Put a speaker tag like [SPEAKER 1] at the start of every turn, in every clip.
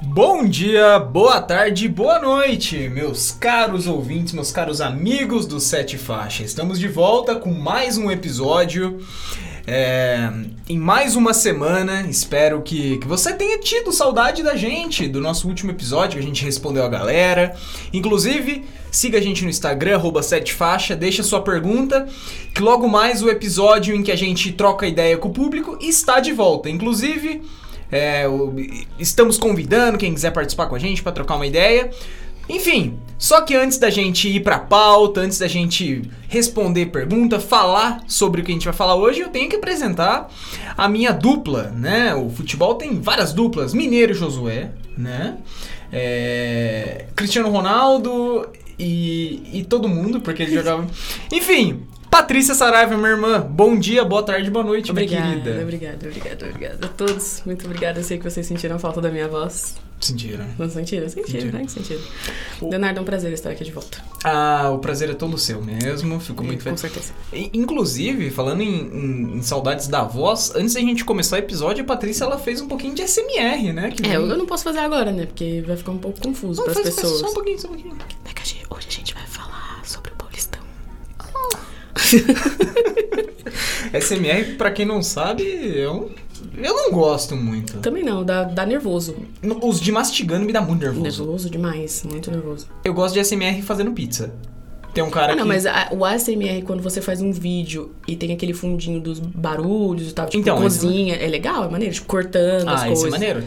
[SPEAKER 1] Bom dia, boa tarde, boa noite, meus caros ouvintes, meus caros amigos do Sete Faixa. Estamos de volta com mais um episódio. É, em mais uma semana, espero que, que você tenha tido saudade da gente, do nosso último episódio que a gente respondeu a galera. Inclusive, siga a gente no Instagram, arroba sete faixa, deixa sua pergunta, que logo mais o episódio em que a gente troca ideia com o público está de volta. Inclusive, é, o- estamos convidando quem quiser participar com a gente para trocar uma ideia. Enfim, só que antes da gente ir pra pauta, antes da gente responder pergunta, falar sobre o que a gente vai falar hoje, eu tenho que apresentar a minha dupla, né? O futebol tem várias duplas, Mineiro e Josué, né? É, Cristiano Ronaldo e, e todo mundo, porque ele jogava. Enfim, Patrícia Saraiva, minha irmã, bom dia, boa tarde, boa noite, minha querida.
[SPEAKER 2] Obrigada, obrigada, obrigada, obrigada a todos. Muito obrigada. Eu sei que vocês sentiram falta da minha voz.
[SPEAKER 1] Sentiram.
[SPEAKER 2] Não sentiram? Sentiram, né? Sentiram.
[SPEAKER 1] O-
[SPEAKER 2] Leonardo, é um prazer estar aqui de volta.
[SPEAKER 1] Ah, o prazer é todo seu mesmo, fico muito
[SPEAKER 2] Com
[SPEAKER 1] feliz.
[SPEAKER 2] certeza.
[SPEAKER 1] I- Inclusive, falando em, em- em saudades da voz, antes da gente começar o episódio, a Patrícia ela fez um pouquinho de SMR, né? Que
[SPEAKER 2] É, eu eu não posso fazer agora, né? Porque vai ficar um pouco confuso
[SPEAKER 1] Não,
[SPEAKER 2] para as
[SPEAKER 1] faz, faz
[SPEAKER 2] pessoas.
[SPEAKER 1] só um pouquinho, só um pouquinho.
[SPEAKER 2] É que a gente- hoje a gente vai falar sobre o Paulistão.
[SPEAKER 1] SMR, pra quem não sabe, eu, eu não gosto muito.
[SPEAKER 2] Também não, dá, dá nervoso.
[SPEAKER 1] No- Os de mastigando me dá muito nervoso.
[SPEAKER 2] Nervoso demais, muito nervoso.
[SPEAKER 1] Eu gosto de SMR fazendo pizza. Tem um cara
[SPEAKER 2] Ah, não,
[SPEAKER 1] que...
[SPEAKER 2] mas a- o ASMR, quando você faz um vídeo e tem aquele fundinho dos barulhos e tal, tipo
[SPEAKER 1] Então, esse-
[SPEAKER 2] cozinha, é legal, é maneiro, tipo, cortando as
[SPEAKER 1] Ah,
[SPEAKER 2] coisas.
[SPEAKER 1] esse é maneiro.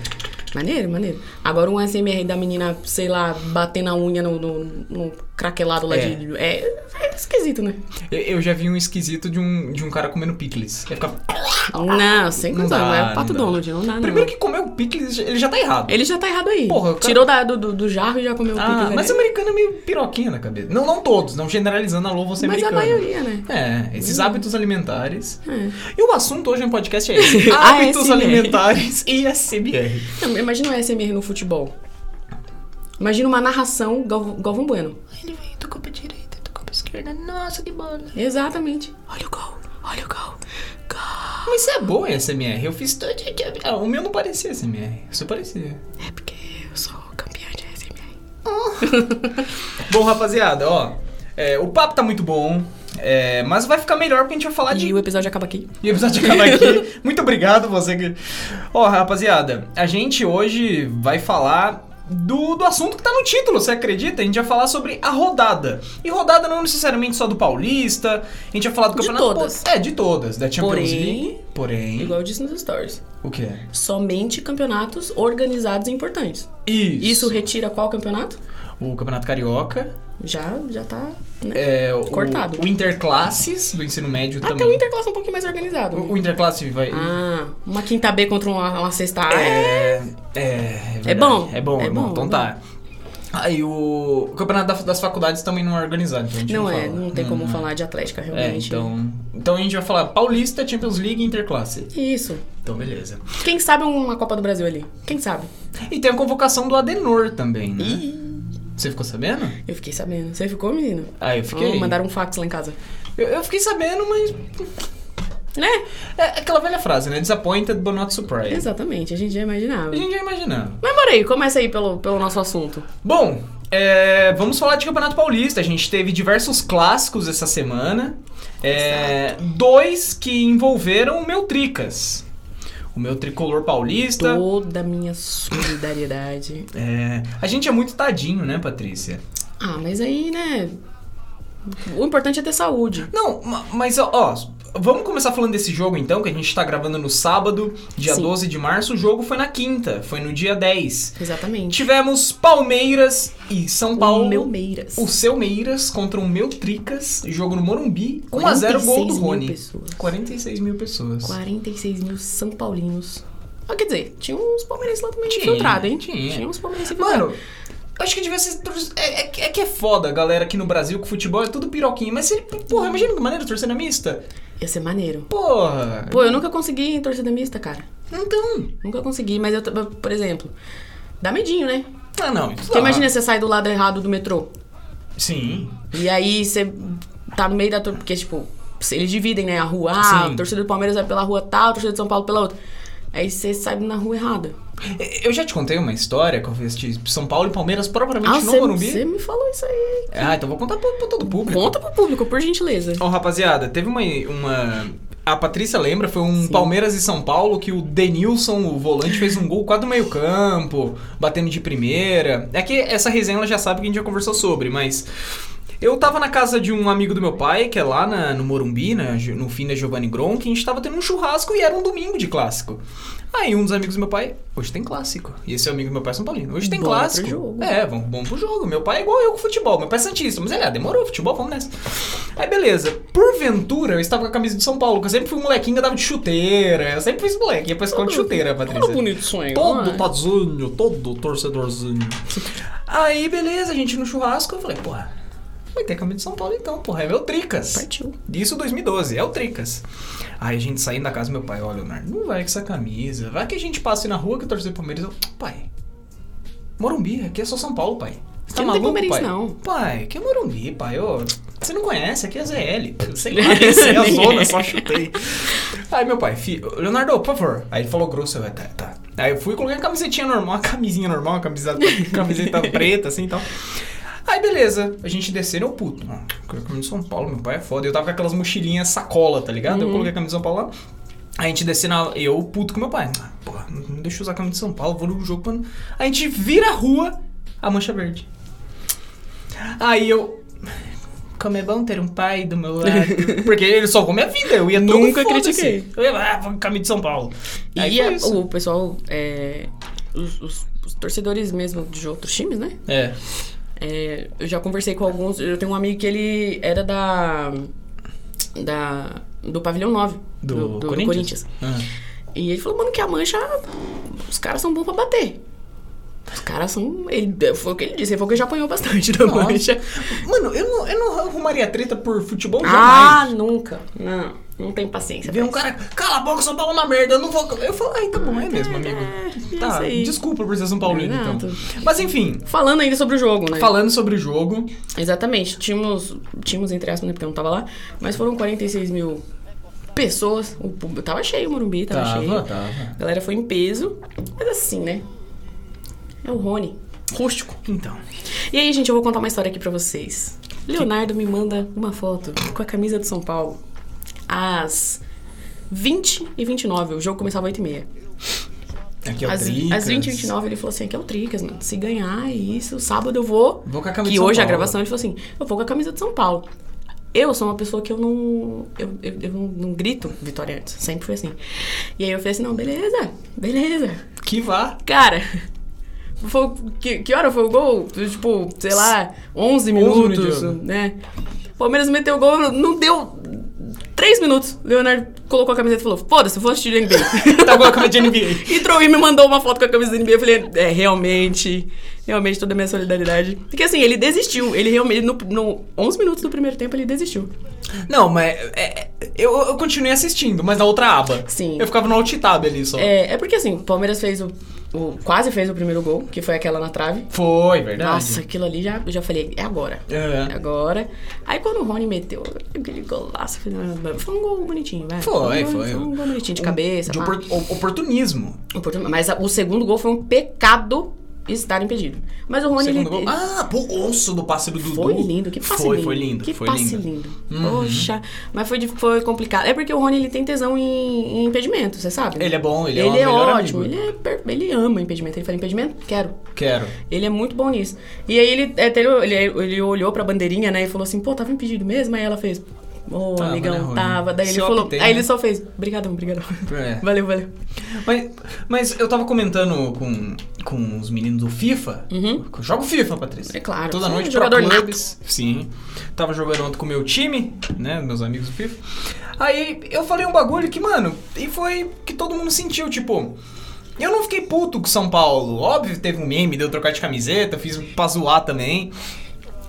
[SPEAKER 2] Maneiro, maneiro. Agora um SMR da menina, sei lá, batendo a unha no, no, no craquelado lá
[SPEAKER 1] É.
[SPEAKER 2] de. É, é esquisito, né?
[SPEAKER 1] Eu, eu já vi um esquisito de um, de um cara comendo picles. Ele ficava...
[SPEAKER 2] Não, sem
[SPEAKER 1] Não
[SPEAKER 2] contar,
[SPEAKER 1] dá,
[SPEAKER 2] não
[SPEAKER 1] não
[SPEAKER 2] é Pato
[SPEAKER 1] dá.
[SPEAKER 2] Donald, Ah, não dá, não.
[SPEAKER 1] Primeiro que comeu picles, ele já tá errado.
[SPEAKER 2] Ele já tá errado aí.
[SPEAKER 1] Porra, o cara-
[SPEAKER 2] Tirou da, do, do, do jarro e já comeu né? o
[SPEAKER 1] Ah,
[SPEAKER 2] pique.
[SPEAKER 1] mas o americano é meio piroquinha na cabeça. Não, não todos, não generalizando, alô, você é
[SPEAKER 2] mas a
[SPEAKER 1] americano.
[SPEAKER 2] maioria, né?
[SPEAKER 1] É, esses
[SPEAKER 3] Hum.
[SPEAKER 1] hábitos alimentares.
[SPEAKER 2] É.
[SPEAKER 1] E o assunto hoje no podcast é esse:
[SPEAKER 2] Ah,
[SPEAKER 1] hábitos
[SPEAKER 2] ASMR.
[SPEAKER 1] alimentares e SMR.
[SPEAKER 2] Não, imagina um SMR no futebol. Imagina uma narração Galvão, Galvão Bueno.
[SPEAKER 3] Ele veio, tocou pra direita, tocou pra esquerda. Nossa, que bola.
[SPEAKER 2] Exatamente.
[SPEAKER 3] Olha o gol, olha o gol.
[SPEAKER 1] Mas isso é bom SMR. Eu fiz. tudo de- de- Ah, o meu não parecia SMR. Isso parecia.
[SPEAKER 2] É porque eu sou campeã de SMR.
[SPEAKER 1] Bom, rapaziada, ó. é, o papo tá muito bom. é, mas vai ficar melhor porque a gente vai falar de
[SPEAKER 2] E o episódio acaba aqui.
[SPEAKER 1] E o episódio acaba aqui. Muito obrigado você que. Ó, rapaziada, a gente hoje vai falar do, do assunto que tá no título, você acredita? A gente vai falar sobre a rodada. E rodada não necessariamente só do Paulista, a gente vai falar do
[SPEAKER 2] De
[SPEAKER 1] campeonato.
[SPEAKER 2] todas.
[SPEAKER 1] É, de todas, da Champions
[SPEAKER 2] Porém-
[SPEAKER 1] League. Porém.
[SPEAKER 2] Igual eu disse nos stories.
[SPEAKER 1] O que é?
[SPEAKER 2] Somente campeonatos organizados e importantes. Isso retira qual campeonato?
[SPEAKER 1] O Campeonato Carioca.
[SPEAKER 2] Já, já tá. Né?
[SPEAKER 1] É, o,
[SPEAKER 2] Cortado.
[SPEAKER 1] O Interclasses do ensino médio
[SPEAKER 2] Até
[SPEAKER 1] também.
[SPEAKER 2] o Interclasse é um pouquinho mais organizado.
[SPEAKER 1] O- o Interclasse vai.
[SPEAKER 2] Ah, uma quinta B contra uma, uma sexta A. É.
[SPEAKER 1] É, é, verdade.
[SPEAKER 2] bom?
[SPEAKER 1] É bom, é,
[SPEAKER 2] É
[SPEAKER 1] bom.
[SPEAKER 2] bom,
[SPEAKER 1] Então
[SPEAKER 2] é
[SPEAKER 1] tá. Aí o, o campeonato da- das faculdades também não é organizado. Então a gente
[SPEAKER 2] Não
[SPEAKER 1] fala.
[SPEAKER 2] é, não tem como falar de Atlética,
[SPEAKER 1] Uhum. É,
[SPEAKER 2] realmente.
[SPEAKER 1] então. Então a gente vai falar Paulista, Champions League e Interclasse.
[SPEAKER 2] Isso.
[SPEAKER 1] Então beleza.
[SPEAKER 2] Quem sabe uma Copa do Brasil ali? Quem sabe?
[SPEAKER 1] E tem a convocação do Adenor também, né? Você ficou sabendo?
[SPEAKER 2] Eu fiquei sabendo. Você ficou, menino?
[SPEAKER 1] Ah, eu fiquei.
[SPEAKER 2] Ah, mandaram um fax lá em casa.
[SPEAKER 1] eu, eu fiquei sabendo, mas.
[SPEAKER 2] Né?
[SPEAKER 1] É aquela velha frase, né? Disappointed but not surprised.
[SPEAKER 2] Exatamente, a gente já imaginava.
[SPEAKER 1] É. A gente já imaginava.
[SPEAKER 2] Mas, Morei, começa aí pelo, pelo nosso assunto.
[SPEAKER 1] Bom, é, vamos falar de Campeonato Paulista. A gente teve diversos clássicos essa semana. É, dois que envolveram o meu Tricas. O meu tricolor paulista.
[SPEAKER 2] Toda a minha solidariedade.
[SPEAKER 1] É, a gente é muito tadinho, né, Patrícia?
[SPEAKER 2] Ah, mas aí, né? O importante é ter saúde.
[SPEAKER 1] Não, ma- mas ó, ó, vamos começar falando desse jogo então, que a gente tá gravando no sábado, dia
[SPEAKER 2] Sim.
[SPEAKER 1] 12 de março. O jogo foi na quinta, foi no dia 10.
[SPEAKER 2] Exatamente.
[SPEAKER 1] Tivemos Palmeiras e Tipo, São Paulo.
[SPEAKER 2] O meu Meiras.
[SPEAKER 1] O seu Meiras contra o meu Tricas, jogo no Morumbi, 1x0 gol do
[SPEAKER 2] 46 mil
[SPEAKER 1] Rony.
[SPEAKER 2] pessoas.
[SPEAKER 1] 46 mil pessoas.
[SPEAKER 2] 46 mil São Paulinos. Ah, quer dizer, tinha uns palmeirenses lá também
[SPEAKER 1] Tinha,
[SPEAKER 2] infiltrados, hein?
[SPEAKER 1] tinha.
[SPEAKER 2] uns palmeirenses infiltrados.
[SPEAKER 1] Mano, eu acho que devia ser. tor- É, é que- é que é foda, a galera, aqui no Brasil, que o futebol é tudo piroquinha. Mas, se- porra, imagina que maneira torcendo mista.
[SPEAKER 2] Ia ser maneiro.
[SPEAKER 1] Porra.
[SPEAKER 2] Pô, eu nunca consegui em torcida mista, cara.
[SPEAKER 1] Então.
[SPEAKER 2] Nunca consegui, mas eu, t- por exemplo, dá medinho, né?
[SPEAKER 1] Ah, não.
[SPEAKER 2] Porque imagina você sai do lado errado do metrô.
[SPEAKER 1] Sim.
[SPEAKER 2] E aí você tá no meio da torcida, porque, tipo, eles dividem, né? A rua A,
[SPEAKER 1] Sim.
[SPEAKER 2] a torcida do Palmeiras vai pela rua tal, a torcida de São Paulo pela outra. Aí você sai na rua errada.
[SPEAKER 1] Eu já te contei uma história que eu fiz de São Paulo e Palmeiras propriamente no Morumbi.
[SPEAKER 2] você Ah, me falou isso aí.
[SPEAKER 1] Ah, então vou contar pra, pra todo o público.
[SPEAKER 2] Conta pro público, por gentileza.
[SPEAKER 1] Ó, rapaziada, teve uma, uma. A Patrícia lembra, foi um
[SPEAKER 2] Sim.
[SPEAKER 1] Palmeiras e São Paulo que o Denilson, o volante, fez um gol quase do meio-campo, batendo de primeira. É que essa resenha ela já sabe que a gente já conversou sobre, mas. Eu tava na casa de um amigo do meu pai, que é lá na- no Morumbi, na Gio- no fim da Giovanni Gronk, e a gente tava tendo um churrasco e era um domingo de clássico. Aí um dos amigos do meu pai, hoje tem clássico. E esse amigo do meu pai é São Paulino. Hoje tem
[SPEAKER 2] Bora pro
[SPEAKER 1] clássico.
[SPEAKER 2] jogo.
[SPEAKER 1] É, vamos, vamos pro jogo. Meu pai é igual eu com futebol. Meu pai é Santista. Mas ele, ah, demorou, futebol, vamos nessa. Aí beleza. Porventura, eu estava com a camisa de São Paulo, que eu sempre fui um molequinho que andava de chuteira. Eu sempre fui esse moleque. Ia pra escola de chuteira, Patrícia.
[SPEAKER 2] Todo bonito sonho.
[SPEAKER 1] Todo
[SPEAKER 2] não é?
[SPEAKER 1] tadzinho, todo torcedorzinho. Aí, beleza, a gente no churrasco, eu falei, porra, vai ter caminho de São Paulo então, porra, é meu Tricas.
[SPEAKER 2] Partiu.
[SPEAKER 1] Isso 2012, é o Tricas. Aí a gente saindo da casa do meu pai, olha, Leonardo, não vai com essa camisa, vai que a gente passa aí na rua que torcer pro Palmeiras. Eu, pai, Morumbi, aqui é só São Paulo, pai. Você tá
[SPEAKER 2] Aqui não tem
[SPEAKER 1] maluco, pai?
[SPEAKER 2] Palmeirense, não.
[SPEAKER 1] Pai, que é Morumbi, pai, ô. Você não conhece, aqui é ZL. Sei lá, esse é a
[SPEAKER 2] Nem
[SPEAKER 1] zona,
[SPEAKER 2] é.
[SPEAKER 1] só chutei. Aí meu pai, filho, Leonardo, por favor. Aí ele falou grosso, eu, tá, tá. Aí eu fui e coloquei a camisetinha normal, a camisinha normal, a camiseta, camiseta preta, assim e tal. Aí beleza, a gente descendo, eu puto. Mano, camisa de São Paulo, meu pai é foda. Eu tava com aquelas mochilinhas sacola, tá ligado? Eu
[SPEAKER 2] Uhum.
[SPEAKER 1] coloquei a camisa de São Paulo lá. A gente descendo, eu puto com meu pai. Ah, Porra, não deixa eu usar a camisa de São Paulo, vou no jogo. Mano. A gente vira a rua, a mancha verde. Aí eu. Como é bom ter um pai do meu lado. Porque ele salvou minha vida. Eu ia todo
[SPEAKER 2] Nunca
[SPEAKER 1] foda-se.
[SPEAKER 2] critiquei.
[SPEAKER 1] Eu ia, ah, vou caminho de São Paulo. Aí
[SPEAKER 2] E
[SPEAKER 1] foi
[SPEAKER 2] a-
[SPEAKER 1] isso.
[SPEAKER 2] o pessoal, é, os, os- os torcedores mesmo de outros times, né?
[SPEAKER 1] É.
[SPEAKER 2] É, eu já conversei com alguns. Eu tenho um amigo que ele era da. da do Pavilhão 9.
[SPEAKER 1] Do, Corinthians. Ah.
[SPEAKER 2] E ele falou, mano, que a mancha. Os caras são bons pra bater. Os caras são. Ele, foi o que ele disse, ele falou que já apanhou bastante da
[SPEAKER 1] Nossa.
[SPEAKER 2] mancha.
[SPEAKER 1] Ah. Mano, eu não, eu não arrumaria treta por futebol jamais.
[SPEAKER 2] Ah, nunca. Não, não tem paciência.
[SPEAKER 1] Vê
[SPEAKER 2] pra
[SPEAKER 1] um cara, cala a boca, São Paulo é uma merda, eu não vou. Eu falo, ai, tá bom, é mesmo, amigo.
[SPEAKER 2] é, é
[SPEAKER 1] tá,
[SPEAKER 2] isso aí.
[SPEAKER 1] desculpa por ser São Paulino, então.
[SPEAKER 2] Exato.
[SPEAKER 1] Mas enfim,
[SPEAKER 2] isso. Falando ainda sobre o jogo, né?
[SPEAKER 1] falando sobre o jogo,
[SPEAKER 2] Exatamente. Tínhamos, tínhamos entre aspas, né? Porque eu não tava lá. Mas foram 46 mil pessoas. O público tava cheio, o Morumbi tava,
[SPEAKER 1] Tava,
[SPEAKER 2] cheio.
[SPEAKER 1] tava.
[SPEAKER 2] A galera foi em peso. Mas assim, né? É o Rony. Rústico.
[SPEAKER 1] então.
[SPEAKER 2] E aí, gente, eu vou contar uma história aqui pra vocês. Leonardo me manda uma foto com a camisa do São Paulo às 20 e 29 O jogo começava às 8h30.
[SPEAKER 1] Aqui é o
[SPEAKER 2] Às,
[SPEAKER 1] Tricas.
[SPEAKER 2] às 20 e 29 ele falou assim: aqui é o Tricas, mano. Se ganhar é isso, sábado eu vou.
[SPEAKER 1] Vou com a camisa
[SPEAKER 2] Que
[SPEAKER 1] de São
[SPEAKER 2] hoje a
[SPEAKER 1] Paulo.
[SPEAKER 2] gravação ele falou assim: eu vou com a camisa de São Paulo. Eu sou uma pessoa que eu não. Eu, eu, eu não, não grito vitória antes. Sempre foi assim. E aí eu falei assim: não, beleza, beleza.
[SPEAKER 1] Que vá.
[SPEAKER 2] Cara, foi- que, que hora foi o gol? Tipo, sei lá, 11
[SPEAKER 1] minutos de
[SPEAKER 2] minutos,
[SPEAKER 1] jogo.
[SPEAKER 2] né? O Palmeiras meteu o gol, não deu 3 minutos. Leonardo colocou a camiseta e falou: foda-se, vou assistir o NBA.
[SPEAKER 1] Tá com a camisa de NBA.
[SPEAKER 2] Entrou e me mandou uma foto com a camisa do NBA. Eu falei, é, realmente, realmente toda a minha solidariedade. Porque assim, ele desistiu. Ele realmente, no, no 11 minutos do primeiro tempo, ele desistiu.
[SPEAKER 1] Não, mas é, é, eu, eu continuei assistindo, mas na outra aba.
[SPEAKER 2] Sim.
[SPEAKER 1] Eu ficava no alt tab ali só.
[SPEAKER 2] É, é porque assim, o Palmeiras fez o, o- quase fez o primeiro gol, que foi aquela na trave.
[SPEAKER 1] Foi, verdade.
[SPEAKER 2] Nossa, aquilo ali já, já falei, é agora. É
[SPEAKER 1] É.
[SPEAKER 2] Agora. Aí quando o Rony meteu aquele golaço, eu falei, "Ah, foi um gol bonitinho, vai.
[SPEAKER 1] Foi,
[SPEAKER 2] um gol-
[SPEAKER 1] foi.
[SPEAKER 2] Foi um gol bonitinho de
[SPEAKER 1] Um-
[SPEAKER 2] cabeça.
[SPEAKER 1] De
[SPEAKER 2] pá.
[SPEAKER 1] opor- o- oportunismo.
[SPEAKER 2] Oportun- Mas a- o segundo gol foi um pecado estar impedido. Mas o Rony, ele,
[SPEAKER 1] Segundo gol. Ah, pô, osso do passe do Dudu.
[SPEAKER 2] Foi lindo, que passe
[SPEAKER 1] foi,
[SPEAKER 2] lindo.
[SPEAKER 1] Foi lindo,
[SPEAKER 2] que
[SPEAKER 1] foi
[SPEAKER 2] passe
[SPEAKER 1] lindo. Uhum.
[SPEAKER 2] lindo. Poxa, mas foi, de- foi complicado. É porque o Rony ele tem tesão em, em impedimento, você sabe?
[SPEAKER 1] Ele é bom, ele,
[SPEAKER 2] Ele,
[SPEAKER 1] é o
[SPEAKER 2] é
[SPEAKER 1] melhor
[SPEAKER 2] ótimo,
[SPEAKER 1] amigo.
[SPEAKER 2] ele, é per- ele ama impedimento. Ele fala impedimento? Quero.
[SPEAKER 1] Quero.
[SPEAKER 2] Ele é muito bom nisso. E aí ele, até ele, ele, ele olhou pra bandeirinha, né? E falou assim, pô, tava impedido mesmo? Aí ela fez, ô,
[SPEAKER 1] Tava, né,
[SPEAKER 2] amigão,
[SPEAKER 1] Rony?
[SPEAKER 2] tava. Daí ele
[SPEAKER 1] Se eu
[SPEAKER 2] falou,
[SPEAKER 1] optei,
[SPEAKER 2] aí
[SPEAKER 1] né?
[SPEAKER 2] ele só fez, brigadão, brigadão.
[SPEAKER 1] É.
[SPEAKER 2] Valeu, valeu.
[SPEAKER 1] Mas, mas eu tava comentando com, com os meninos do FIFA. Eu jogo FIFA, Patrícia.
[SPEAKER 2] Uhum. É claro,
[SPEAKER 1] Toda
[SPEAKER 2] você é
[SPEAKER 1] noite
[SPEAKER 2] um jogador
[SPEAKER 1] pra clubes. Sim. Tava jogando ontem com o meu time, né? Meus amigos do FIFA. Aí eu falei um bagulho que, mano, e foi que todo mundo sentiu, tipo. Eu não fiquei puto com São Paulo. Óbvio, teve um meme, deu trocar de camiseta, fiz pra zoar também.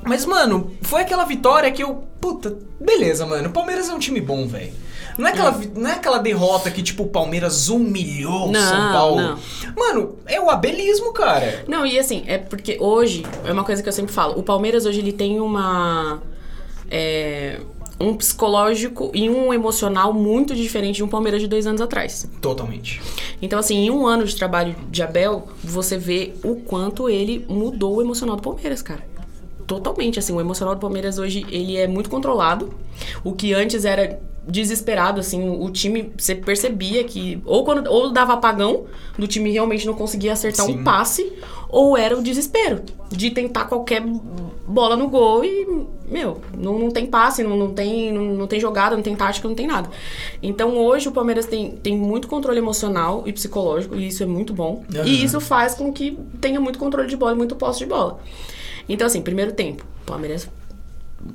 [SPEAKER 1] Mas, mano, foi aquela vitória que eu. Puta, beleza, mano. O Palmeiras é um time bom, velho. Não, é aquela vi- não é aquela derrota que, tipo, o Palmeiras humilhou o
[SPEAKER 2] Não,
[SPEAKER 1] São Paulo.
[SPEAKER 2] não.
[SPEAKER 1] Mano, é o abelismo, cara.
[SPEAKER 2] Não, e assim, é porque hoje, é uma coisa que eu sempre falo, o Palmeiras hoje ele tem uma. É, um psicológico e um emocional muito diferente de um Palmeiras de dois anos atrás.
[SPEAKER 1] Totalmente.
[SPEAKER 2] Então, assim, em um ano de trabalho de Abel, você vê o quanto ele mudou o emocional do Palmeiras, cara. Totalmente, assim, o emocional do Palmeiras hoje, ele é muito controlado. O que antes era desesperado, assim, o time, você percebia que ou quando ou dava apagão, do time realmente não conseguia acertar
[SPEAKER 1] Sim.
[SPEAKER 2] um passe, ou era o desespero de tentar qualquer bola no gol e, meu, não, não tem passe, não, não, tem, não, não tem jogada, não tem tática, não tem nada. Então hoje o Palmeiras tem, tem muito controle emocional e psicológico, e isso é muito bom.
[SPEAKER 1] Aham.
[SPEAKER 2] E isso faz com que tenha muito controle de bola e muito posse de bola. Então, assim, primeiro tempo, o Palmeiras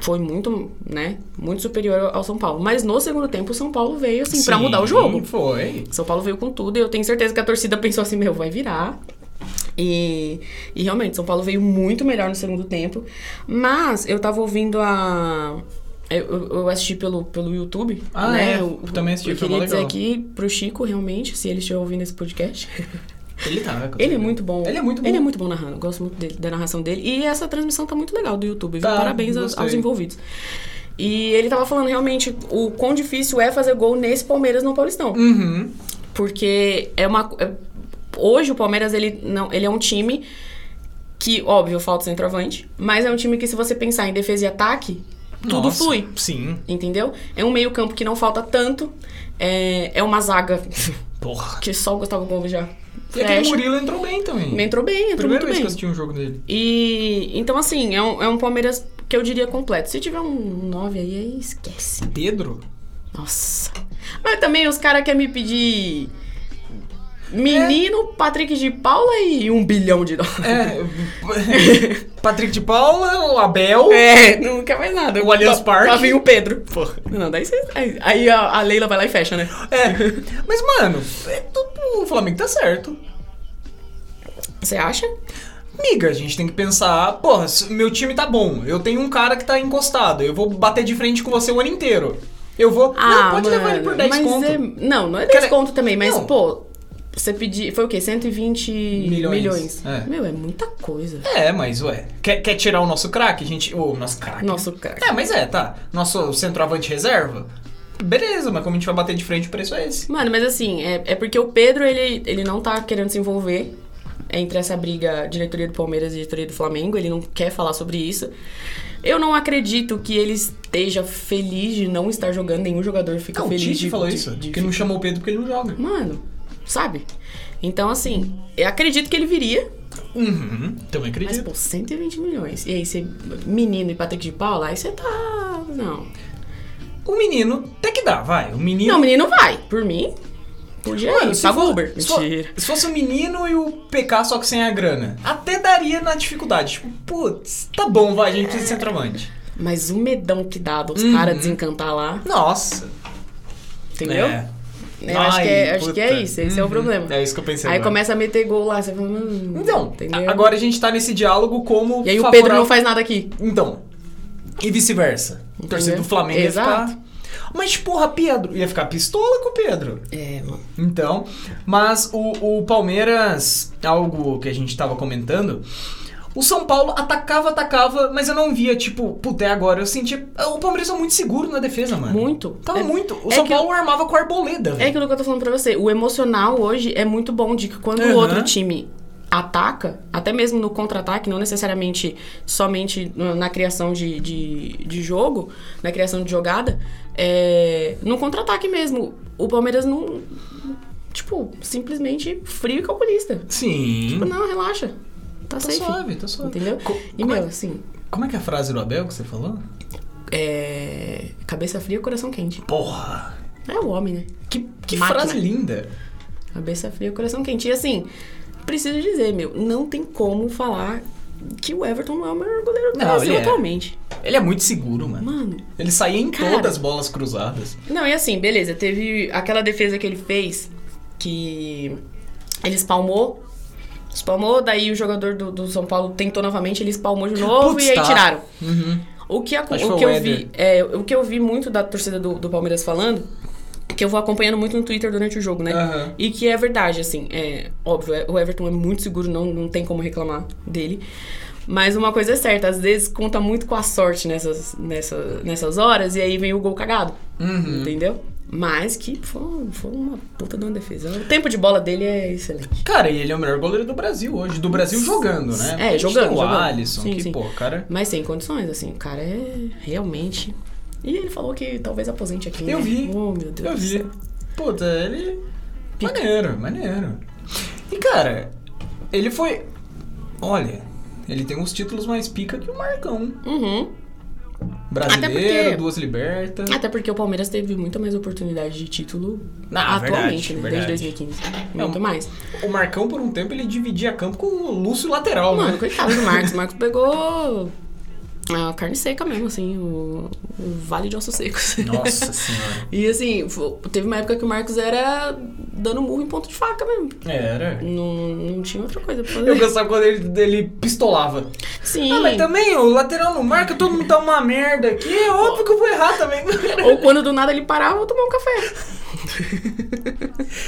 [SPEAKER 2] foi muito, né, muito superior ao São Paulo. Mas no segundo tempo, o São Paulo veio, assim, pra mudar o jogo.
[SPEAKER 1] Foi.
[SPEAKER 2] São Paulo veio com tudo e eu tenho certeza que a torcida pensou assim, meu, vai virar. E, e realmente, São Paulo veio muito melhor no segundo tempo. Mas eu tava ouvindo a. Eu, eu- eu assisti pelo, pelo YouTube.
[SPEAKER 1] Ah,
[SPEAKER 2] né?
[SPEAKER 1] é.
[SPEAKER 2] Eu,
[SPEAKER 1] Também assisti,
[SPEAKER 2] Eu
[SPEAKER 1] foi
[SPEAKER 2] queria
[SPEAKER 1] mó
[SPEAKER 2] dizer
[SPEAKER 1] legal.
[SPEAKER 2] aqui pro Chico, realmente, se ele estiver ouvindo esse podcast.
[SPEAKER 1] Ele tá, né, com
[SPEAKER 2] ele é
[SPEAKER 1] certeza.
[SPEAKER 2] muito bom.
[SPEAKER 1] Ele é muito bom.
[SPEAKER 2] Ele é muito bom narrando. Eu gosto muito dele, da narração dele. E essa transmissão tá muito legal do YouTube. viu?
[SPEAKER 1] Tá,
[SPEAKER 2] Parabéns aos-
[SPEAKER 1] gostei.
[SPEAKER 2] aos envolvidos. E ele tava falando realmente o quão difícil é fazer gol nesse Palmeiras no Paulistão.
[SPEAKER 1] Uhum.
[SPEAKER 2] Porque é uma. é- hoje o Palmeiras, ele, não, ele é um time que, óbvio, falta centroavante, mas é um time que, se você pensar em defesa e ataque, tudo
[SPEAKER 1] Nossa,
[SPEAKER 2] flui.
[SPEAKER 1] Sim.
[SPEAKER 2] Entendeu? É um meio-campo que não falta tanto. É, é uma zaga
[SPEAKER 1] Porra.
[SPEAKER 2] que só o Gustavo Gomes já
[SPEAKER 1] E aquele
[SPEAKER 2] fecha.
[SPEAKER 1] Murilo entrou bem também.
[SPEAKER 2] Entrou bem, entrou
[SPEAKER 1] Primeira
[SPEAKER 2] muito
[SPEAKER 1] vez
[SPEAKER 2] bem.
[SPEAKER 1] que eu assisti um jogo dele.
[SPEAKER 2] E então, assim, é um, é um Palmeiras que eu diria completo. Se tiver um 9 aí, aí esquece.
[SPEAKER 1] Pedro?
[SPEAKER 2] Nossa. Mas também os caras querem me pedir. Menino, Patrick de Paula e um bilhão de dólares.
[SPEAKER 1] É. Patrick de Paula, o Abel.
[SPEAKER 2] É, não quer mais nada.
[SPEAKER 1] O Allianz
[SPEAKER 2] Só-
[SPEAKER 1] Parque.
[SPEAKER 2] Só vem o Pedro.
[SPEAKER 1] Porra.
[SPEAKER 2] Não, daí cês- Aí, aí a, a Leila vai lá e fecha, né?
[SPEAKER 1] É. Mas, mano, é tudo- o Flamengo tá certo.
[SPEAKER 2] Você acha?
[SPEAKER 1] Miga, a gente tem que pensar, porra, se- meu time tá bom, eu tenho um cara que tá encostado, eu vou bater de frente com você o ano inteiro. Eu vou. não, pode levar ele por 10
[SPEAKER 2] Ah, mas
[SPEAKER 1] conto.
[SPEAKER 2] é- Não, não é 10
[SPEAKER 1] Cara,
[SPEAKER 2] conto também, mas,
[SPEAKER 1] não.
[SPEAKER 2] pô, você pedir. Foi o quê? 120
[SPEAKER 1] Milhões.
[SPEAKER 2] milhões.
[SPEAKER 1] É.
[SPEAKER 2] Meu, é muita coisa.
[SPEAKER 1] É, mas ué. Quer, quer tirar o nosso craque? A gente. O nosso craque.
[SPEAKER 2] Nosso cara.
[SPEAKER 1] É, mas é, tá. Nosso centroavante reserva? Beleza, mas como a gente vai bater de frente, o preço é esse.
[SPEAKER 2] Mano, mas assim, é, é porque o Pedro, ele, ele não tá querendo se envolver entre essa briga diretoria do Palmeiras e diretoria do Flamengo, ele não quer falar sobre isso. Eu não acredito que ele esteja feliz de não estar jogando, nenhum jogador fica
[SPEAKER 1] Não, o
[SPEAKER 2] feliz
[SPEAKER 1] Tite
[SPEAKER 2] de,
[SPEAKER 1] falou
[SPEAKER 2] de-
[SPEAKER 1] isso.
[SPEAKER 2] de-
[SPEAKER 1] que não chamou o Pedro porque ele não joga.
[SPEAKER 2] Mano, sabe? Então, assim, eu acredito que ele viria,
[SPEAKER 1] Uhum, também
[SPEAKER 2] mas,
[SPEAKER 1] acredito.
[SPEAKER 2] pô, 120 milhões. E aí, você, menino e Patrick de Paula, aí você tá. Não.
[SPEAKER 1] O menino, até que dá, vai. O menino.
[SPEAKER 2] Não, menino vai. Por mim, podia
[SPEAKER 1] Mano,
[SPEAKER 2] ir.
[SPEAKER 1] se
[SPEAKER 2] Paga
[SPEAKER 1] for-
[SPEAKER 2] o Uber.
[SPEAKER 1] se for-
[SPEAKER 2] Mentira.
[SPEAKER 1] Se fosse o menino e o PK só que sem a grana, até daria na dificuldade. Tipo, putz, tá bom, vai, a gente precisa de centroavante.
[SPEAKER 2] Mas o medão que dá dos
[SPEAKER 1] Uhum.
[SPEAKER 2] caras desencantar lá,
[SPEAKER 1] Nossa.
[SPEAKER 2] entendeu?
[SPEAKER 1] É.
[SPEAKER 2] Eu acho, que
[SPEAKER 1] Ai,
[SPEAKER 2] é, acho que é
[SPEAKER 1] puta.
[SPEAKER 2] isso, esse é o
[SPEAKER 1] Uhum,
[SPEAKER 2] problema.
[SPEAKER 1] É isso que eu pensei.
[SPEAKER 2] aí
[SPEAKER 1] agora.
[SPEAKER 2] começa a meter gol lá, você fala, mano.
[SPEAKER 1] Então,
[SPEAKER 2] entendeu?
[SPEAKER 1] a- agora a gente tá nesse diálogo como.
[SPEAKER 2] E aí o
[SPEAKER 1] favorável-
[SPEAKER 2] Pedro não faz nada aqui.
[SPEAKER 1] Então. E vice-versa. O torcedor do Flamengo
[SPEAKER 2] Exato.
[SPEAKER 1] ia ficar. Mas, porra, Pedro. Ia ficar pistola com o Pedro.
[SPEAKER 2] É, mano.
[SPEAKER 1] Então, mas o, o Palmeiras, algo que a gente tava comentando, o São Paulo atacava, atacava, mas eu não via, tipo, puta, é agora. Eu sentia. O Palmeiras é muito seguro na defesa, mano.
[SPEAKER 2] Muito.
[SPEAKER 1] Tava
[SPEAKER 2] É-
[SPEAKER 1] muito. O
[SPEAKER 2] é
[SPEAKER 1] São
[SPEAKER 2] que-
[SPEAKER 1] Paulo armava com a arboleda,
[SPEAKER 2] É
[SPEAKER 1] velho.
[SPEAKER 2] aquilo que eu tô falando pra você. O emocional hoje é muito bom de que quando
[SPEAKER 1] Aham.
[SPEAKER 2] o outro time ataca, até mesmo no contra-ataque, não necessariamente somente no- na criação de, de, de jogo, na criação de jogada, é, no contra-ataque mesmo. O Palmeiras não. Tipo, simplesmente frio e calculista.
[SPEAKER 1] Sim.
[SPEAKER 2] Tipo, não, relaxa. Tá
[SPEAKER 1] Tô
[SPEAKER 2] safe.
[SPEAKER 1] Uhum. suave, tô suave.
[SPEAKER 2] Entendeu?
[SPEAKER 1] Co-
[SPEAKER 2] E,
[SPEAKER 1] como,
[SPEAKER 2] meu,
[SPEAKER 1] é,
[SPEAKER 2] assim,
[SPEAKER 1] como é que é a frase do Abel que você falou?
[SPEAKER 2] é... cabeça fria, coração quente.
[SPEAKER 1] Porra!
[SPEAKER 2] É o homem, né?
[SPEAKER 1] Que, que
[SPEAKER 2] Máquina.
[SPEAKER 1] frase linda!
[SPEAKER 2] Cabeça fria, coração quente. E assim, preciso dizer, meu, não tem como falar que o Everton não é o melhor goleiro do
[SPEAKER 1] Não,
[SPEAKER 2] Brasil
[SPEAKER 1] ele é.
[SPEAKER 2] atualmente.
[SPEAKER 1] Ele é muito seguro, mano.
[SPEAKER 2] Mano.
[SPEAKER 1] Ele saía em
[SPEAKER 2] Cara.
[SPEAKER 1] todas as bolas cruzadas.
[SPEAKER 2] Não, e assim, beleza, teve aquela defesa que ele fez que ele espalmou. Espalmou, daí o jogador do, do São Paulo tentou novamente, ele espalmou de novo
[SPEAKER 1] Putz,
[SPEAKER 2] e aí
[SPEAKER 1] tá.
[SPEAKER 2] tiraram.
[SPEAKER 1] Uhum.
[SPEAKER 2] O que, aco-
[SPEAKER 1] Acho que
[SPEAKER 2] o
[SPEAKER 1] foi
[SPEAKER 2] que
[SPEAKER 1] o
[SPEAKER 2] eu
[SPEAKER 1] Éder.
[SPEAKER 2] vi, é, o que eu vi muito da torcida do, do Palmeiras falando, que eu vou acompanhando muito no Twitter durante o jogo, né?
[SPEAKER 1] Aham.
[SPEAKER 2] E que é verdade, assim, é óbvio, é- o Everton é muito seguro, não, não tem como reclamar dele. Mas uma coisa é certa, às vezes conta muito com a sorte nessas, nessa, nessas horas e aí vem o gol cagado.
[SPEAKER 1] Uhum.
[SPEAKER 2] Entendeu? Mas que foi, foi uma puta de uma defesa. O tempo de bola dele é excelente.
[SPEAKER 1] Cara, e ele é o melhor goleiro do Brasil hoje. Do Brasil jogando, né? Porque a gente
[SPEAKER 2] É, jogando,
[SPEAKER 1] tem O
[SPEAKER 2] jogando.
[SPEAKER 1] Alisson,
[SPEAKER 2] Sim,
[SPEAKER 1] que,
[SPEAKER 2] sim.
[SPEAKER 1] pô, cara.
[SPEAKER 2] Mas sem condições, assim, o cara é realmente. E ele falou que talvez aposente aqui.
[SPEAKER 1] Eu
[SPEAKER 2] né?
[SPEAKER 1] vi.
[SPEAKER 2] Oh, meu Deus.
[SPEAKER 1] Eu
[SPEAKER 2] do
[SPEAKER 1] vi.
[SPEAKER 2] céu.
[SPEAKER 1] Puta, ele. Maneiro, maneiro. E, cara, ele foi. Olha, ele tem uns títulos mais pica que o Marcão.
[SPEAKER 2] Uhum.
[SPEAKER 1] Brasileiro,
[SPEAKER 2] Até porque-
[SPEAKER 1] duas libertas.
[SPEAKER 2] Até porque o Palmeiras teve muito mais oportunidade de título
[SPEAKER 1] Ah,
[SPEAKER 2] atualmente,
[SPEAKER 1] verdade,
[SPEAKER 2] né?
[SPEAKER 1] verdade.
[SPEAKER 2] Desde 2015. Muito
[SPEAKER 1] Não.
[SPEAKER 2] mais.
[SPEAKER 1] O Marcão, por um tempo, ele dividia campo com o Lúcio lateral,
[SPEAKER 2] Mano,
[SPEAKER 1] né?
[SPEAKER 2] coitado do Marcos. O Marcos pegou a carne seca mesmo, assim, o, o vale de ossos secos.
[SPEAKER 1] Nossa senhora.
[SPEAKER 2] E assim, fo- teve uma época que o Marcos era dando murro em ponto de faca mesmo.
[SPEAKER 1] Era.
[SPEAKER 2] Não, não tinha outra coisa pra
[SPEAKER 1] Eu
[SPEAKER 2] fazer.
[SPEAKER 1] gostava quando ele, ele pistolava.
[SPEAKER 2] Sim.
[SPEAKER 1] Ah, mas também o lateral não marca, todo mundo tá uma merda aqui. É óbvio que eu vou errar também.
[SPEAKER 2] Ou quando do nada ele parava, eu tomar um café.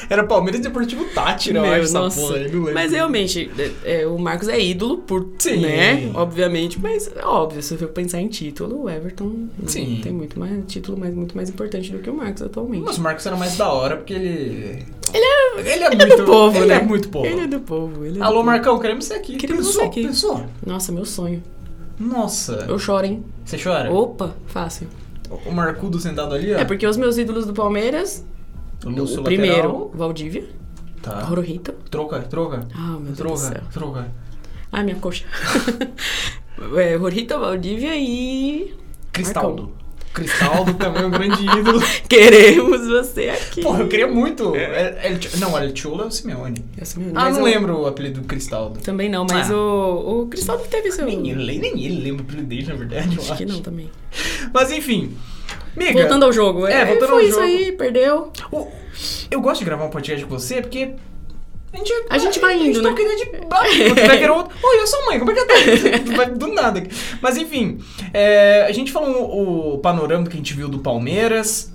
[SPEAKER 1] Era Palmeiras Deportivo Tátira, eu
[SPEAKER 2] Meu,
[SPEAKER 1] acho, essa
[SPEAKER 2] nossa.
[SPEAKER 1] porra aí, não lembro.
[SPEAKER 2] Mas realmente, é, é, o Marcos é ídolo por,
[SPEAKER 1] Sim.
[SPEAKER 2] né? Obviamente, mas é óbvio, se eu for pensar em título, o Everton não
[SPEAKER 1] Sim.
[SPEAKER 2] tem muito mais título, mas muito mais importante do que o Marcos atualmente.
[SPEAKER 1] Mas o Marcos era mais da hora, porque ele...
[SPEAKER 2] Ele é,
[SPEAKER 1] Ele é
[SPEAKER 2] ele é
[SPEAKER 1] muito-
[SPEAKER 2] do povo,
[SPEAKER 1] ele
[SPEAKER 2] né?
[SPEAKER 1] é muito povo.
[SPEAKER 2] Ele é do povo. Ele é do
[SPEAKER 1] Alô,
[SPEAKER 2] povo.
[SPEAKER 1] Marcão, queremos você aqui.
[SPEAKER 2] Queremos
[SPEAKER 1] pensou,
[SPEAKER 2] você aqui.
[SPEAKER 1] Pensou?
[SPEAKER 2] Nossa, meu sonho.
[SPEAKER 1] Nossa.
[SPEAKER 2] Eu choro, hein?
[SPEAKER 1] Você chora?
[SPEAKER 2] Opa, fácil.
[SPEAKER 1] O Marcudo sentado ali, ó.
[SPEAKER 2] É porque os meus ídolos do Palmeiras,
[SPEAKER 1] O Lúcio lateral.
[SPEAKER 2] o primeiro, Valdívia,
[SPEAKER 1] Tá.
[SPEAKER 2] Rorito.
[SPEAKER 1] Troca, troca.
[SPEAKER 2] Ah, meu Deus do
[SPEAKER 1] Troca,
[SPEAKER 2] céu.
[SPEAKER 1] troca.
[SPEAKER 2] Ai, minha coxa. é, Rorito, Valdívia e...
[SPEAKER 1] Cristaldo. Cristaldo também é um grande ídolo.
[SPEAKER 2] Queremos você aqui.
[SPEAKER 1] Porra, eu queria muito. El- El- não, El Cholo é o Simeone.
[SPEAKER 2] Eu sou meio-
[SPEAKER 1] Ah,
[SPEAKER 2] mas
[SPEAKER 1] não
[SPEAKER 2] eu-
[SPEAKER 1] lembro o apelido do Cristaldo.
[SPEAKER 2] Também não, mas
[SPEAKER 1] Ah. né?
[SPEAKER 2] o, o Cristaldo teve seu...
[SPEAKER 1] Nem ele, nem ele lembra o apelido dele, na verdade. eu
[SPEAKER 2] Acho que não também.
[SPEAKER 1] Mas enfim. Miga,
[SPEAKER 2] Voltando ao jogo.
[SPEAKER 1] É, voltando
[SPEAKER 2] foi
[SPEAKER 1] ao
[SPEAKER 2] isso
[SPEAKER 1] jogo.
[SPEAKER 2] aí, perdeu.
[SPEAKER 1] o- eu gosto de gravar um podcast com você porque. A gente,
[SPEAKER 2] A gente vai
[SPEAKER 1] a gente
[SPEAKER 2] indo,
[SPEAKER 1] tá
[SPEAKER 2] né?
[SPEAKER 1] querendo de barriga, tu vai querer outro. Oi, eu sou mãe, como é que eu tô? Tu vai do nada. aqui. Mas enfim, é, a gente falou o panorama que a gente viu do Palmeiras.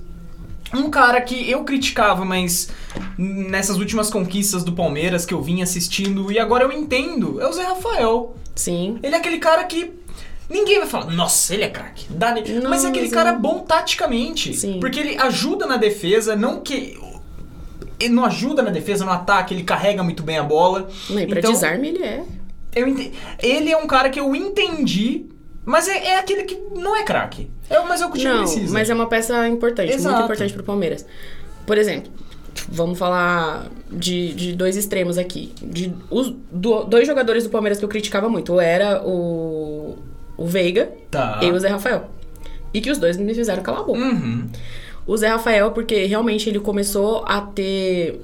[SPEAKER 1] Um cara que eu criticava, mas nessas últimas conquistas do Palmeiras que eu vim assistindo e agora eu entendo, é o Zé Rafael.
[SPEAKER 2] Sim.
[SPEAKER 1] Ele é aquele cara que. Ninguém vai falar, nossa, ele é craque. dá-lhe."
[SPEAKER 2] Não,
[SPEAKER 1] Mas é aquele
[SPEAKER 2] mas
[SPEAKER 1] cara
[SPEAKER 2] eu-
[SPEAKER 1] bom taticamente.
[SPEAKER 2] Sim.
[SPEAKER 1] Porque ele ajuda na defesa, não que. Ele não ajuda na defesa, no ataque, ele carrega muito bem a bola.
[SPEAKER 2] Não, e pra
[SPEAKER 1] Então-
[SPEAKER 2] desarme ele é.
[SPEAKER 1] Eu ente- Ele é um cara que eu entendi, mas é, é aquele que não é craque. É, mas é o que o time
[SPEAKER 2] Não,
[SPEAKER 1] precisa.
[SPEAKER 2] mas é uma peça importante,
[SPEAKER 1] Exato.
[SPEAKER 2] muito importante pro Palmeiras. Por exemplo, vamos falar de, de dois extremos aqui. De, os do- dois jogadores do Palmeiras que eu criticava muito. Um Era o, o Veiga
[SPEAKER 1] Tá.
[SPEAKER 2] e o Zé Rafael. E que os dois me fizeram calar a boca.
[SPEAKER 1] Uhum.
[SPEAKER 2] O Zé Rafael, porque realmente ele começou a ter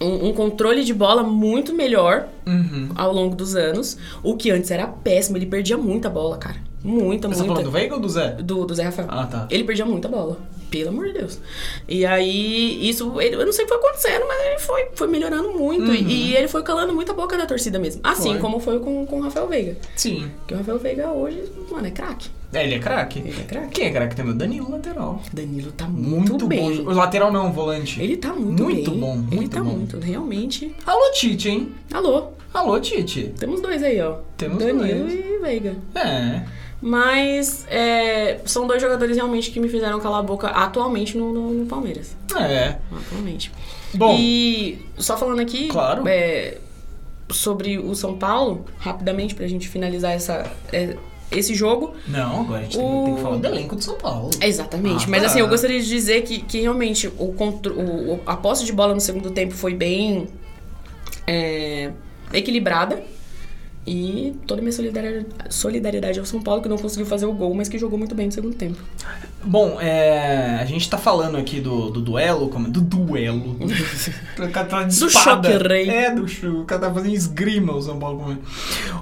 [SPEAKER 2] um, um controle de bola muito melhor
[SPEAKER 1] Uhum.
[SPEAKER 2] ao longo dos anos. O que antes era péssimo, ele perdia muita bola, cara. Muita,
[SPEAKER 1] Você tá
[SPEAKER 2] muita.
[SPEAKER 1] falando do Veiga ou do Zé?
[SPEAKER 2] Do, do Zé Rafael.
[SPEAKER 1] Ah, tá.
[SPEAKER 2] Ele perdia muita bola. Pelo amor de Deus. E aí, isso, ele- eu não sei o que foi acontecendo, mas ele foi, foi melhorando muito. E, e ele foi calando muita boca da torcida mesmo. Assim
[SPEAKER 1] Uhum. Foi.
[SPEAKER 2] como foi com, com o Rafael Veiga.
[SPEAKER 1] Sim.
[SPEAKER 2] Porque o Rafael Veiga hoje, mano, é craque.
[SPEAKER 1] É, ele é craque.
[SPEAKER 2] Ele é craque.
[SPEAKER 1] Quem é craque também? O Danilo, lateral.
[SPEAKER 2] Danilo tá muito,
[SPEAKER 1] Muito, bom.
[SPEAKER 2] bem.
[SPEAKER 1] O lateral não, o volante.
[SPEAKER 2] Ele tá muito,
[SPEAKER 1] Muito
[SPEAKER 2] bem.
[SPEAKER 1] bom,
[SPEAKER 2] Ele
[SPEAKER 1] muito
[SPEAKER 2] tá
[SPEAKER 1] bom.
[SPEAKER 2] muito, realmente.
[SPEAKER 1] Alô, Tite, hein?
[SPEAKER 2] Alô,
[SPEAKER 1] Alô, Tite.
[SPEAKER 2] temos dois aí, ó.
[SPEAKER 1] Temos
[SPEAKER 2] Danilo
[SPEAKER 1] dois.
[SPEAKER 2] e Veiga.
[SPEAKER 1] É.
[SPEAKER 2] Mas é, são dois jogadores realmente que me fizeram calar a boca atualmente no- no- no Palmeiras.
[SPEAKER 1] É.
[SPEAKER 2] Atualmente.
[SPEAKER 1] Bom.
[SPEAKER 2] E só falando aqui.
[SPEAKER 1] Claro.
[SPEAKER 2] é, sobre o São Paulo, rapidamente, pra gente finalizar essa, é, esse jogo.
[SPEAKER 1] Não, agora a gente tem,
[SPEAKER 2] O-
[SPEAKER 1] tem que falar do elenco do São Paulo.
[SPEAKER 2] Exatamente.
[SPEAKER 1] Ah,
[SPEAKER 2] Mas
[SPEAKER 1] tá.
[SPEAKER 2] assim, eu gostaria de dizer que, que realmente o, contro- o- o- a posse de bola no segundo tempo foi bem é, equilibrada. E toda a minha solidari- solidariedade ao São Paulo, que não conseguiu fazer o gol, mas que jogou muito bem no segundo tempo.
[SPEAKER 1] Bom, é, a gente tá falando aqui do, do duelo, como é? do duelo. o cara tá de
[SPEAKER 2] Do
[SPEAKER 1] espada.
[SPEAKER 2] choque rei.
[SPEAKER 1] É, do chu- o cara tá fazendo esgrima o São Paulo. como é.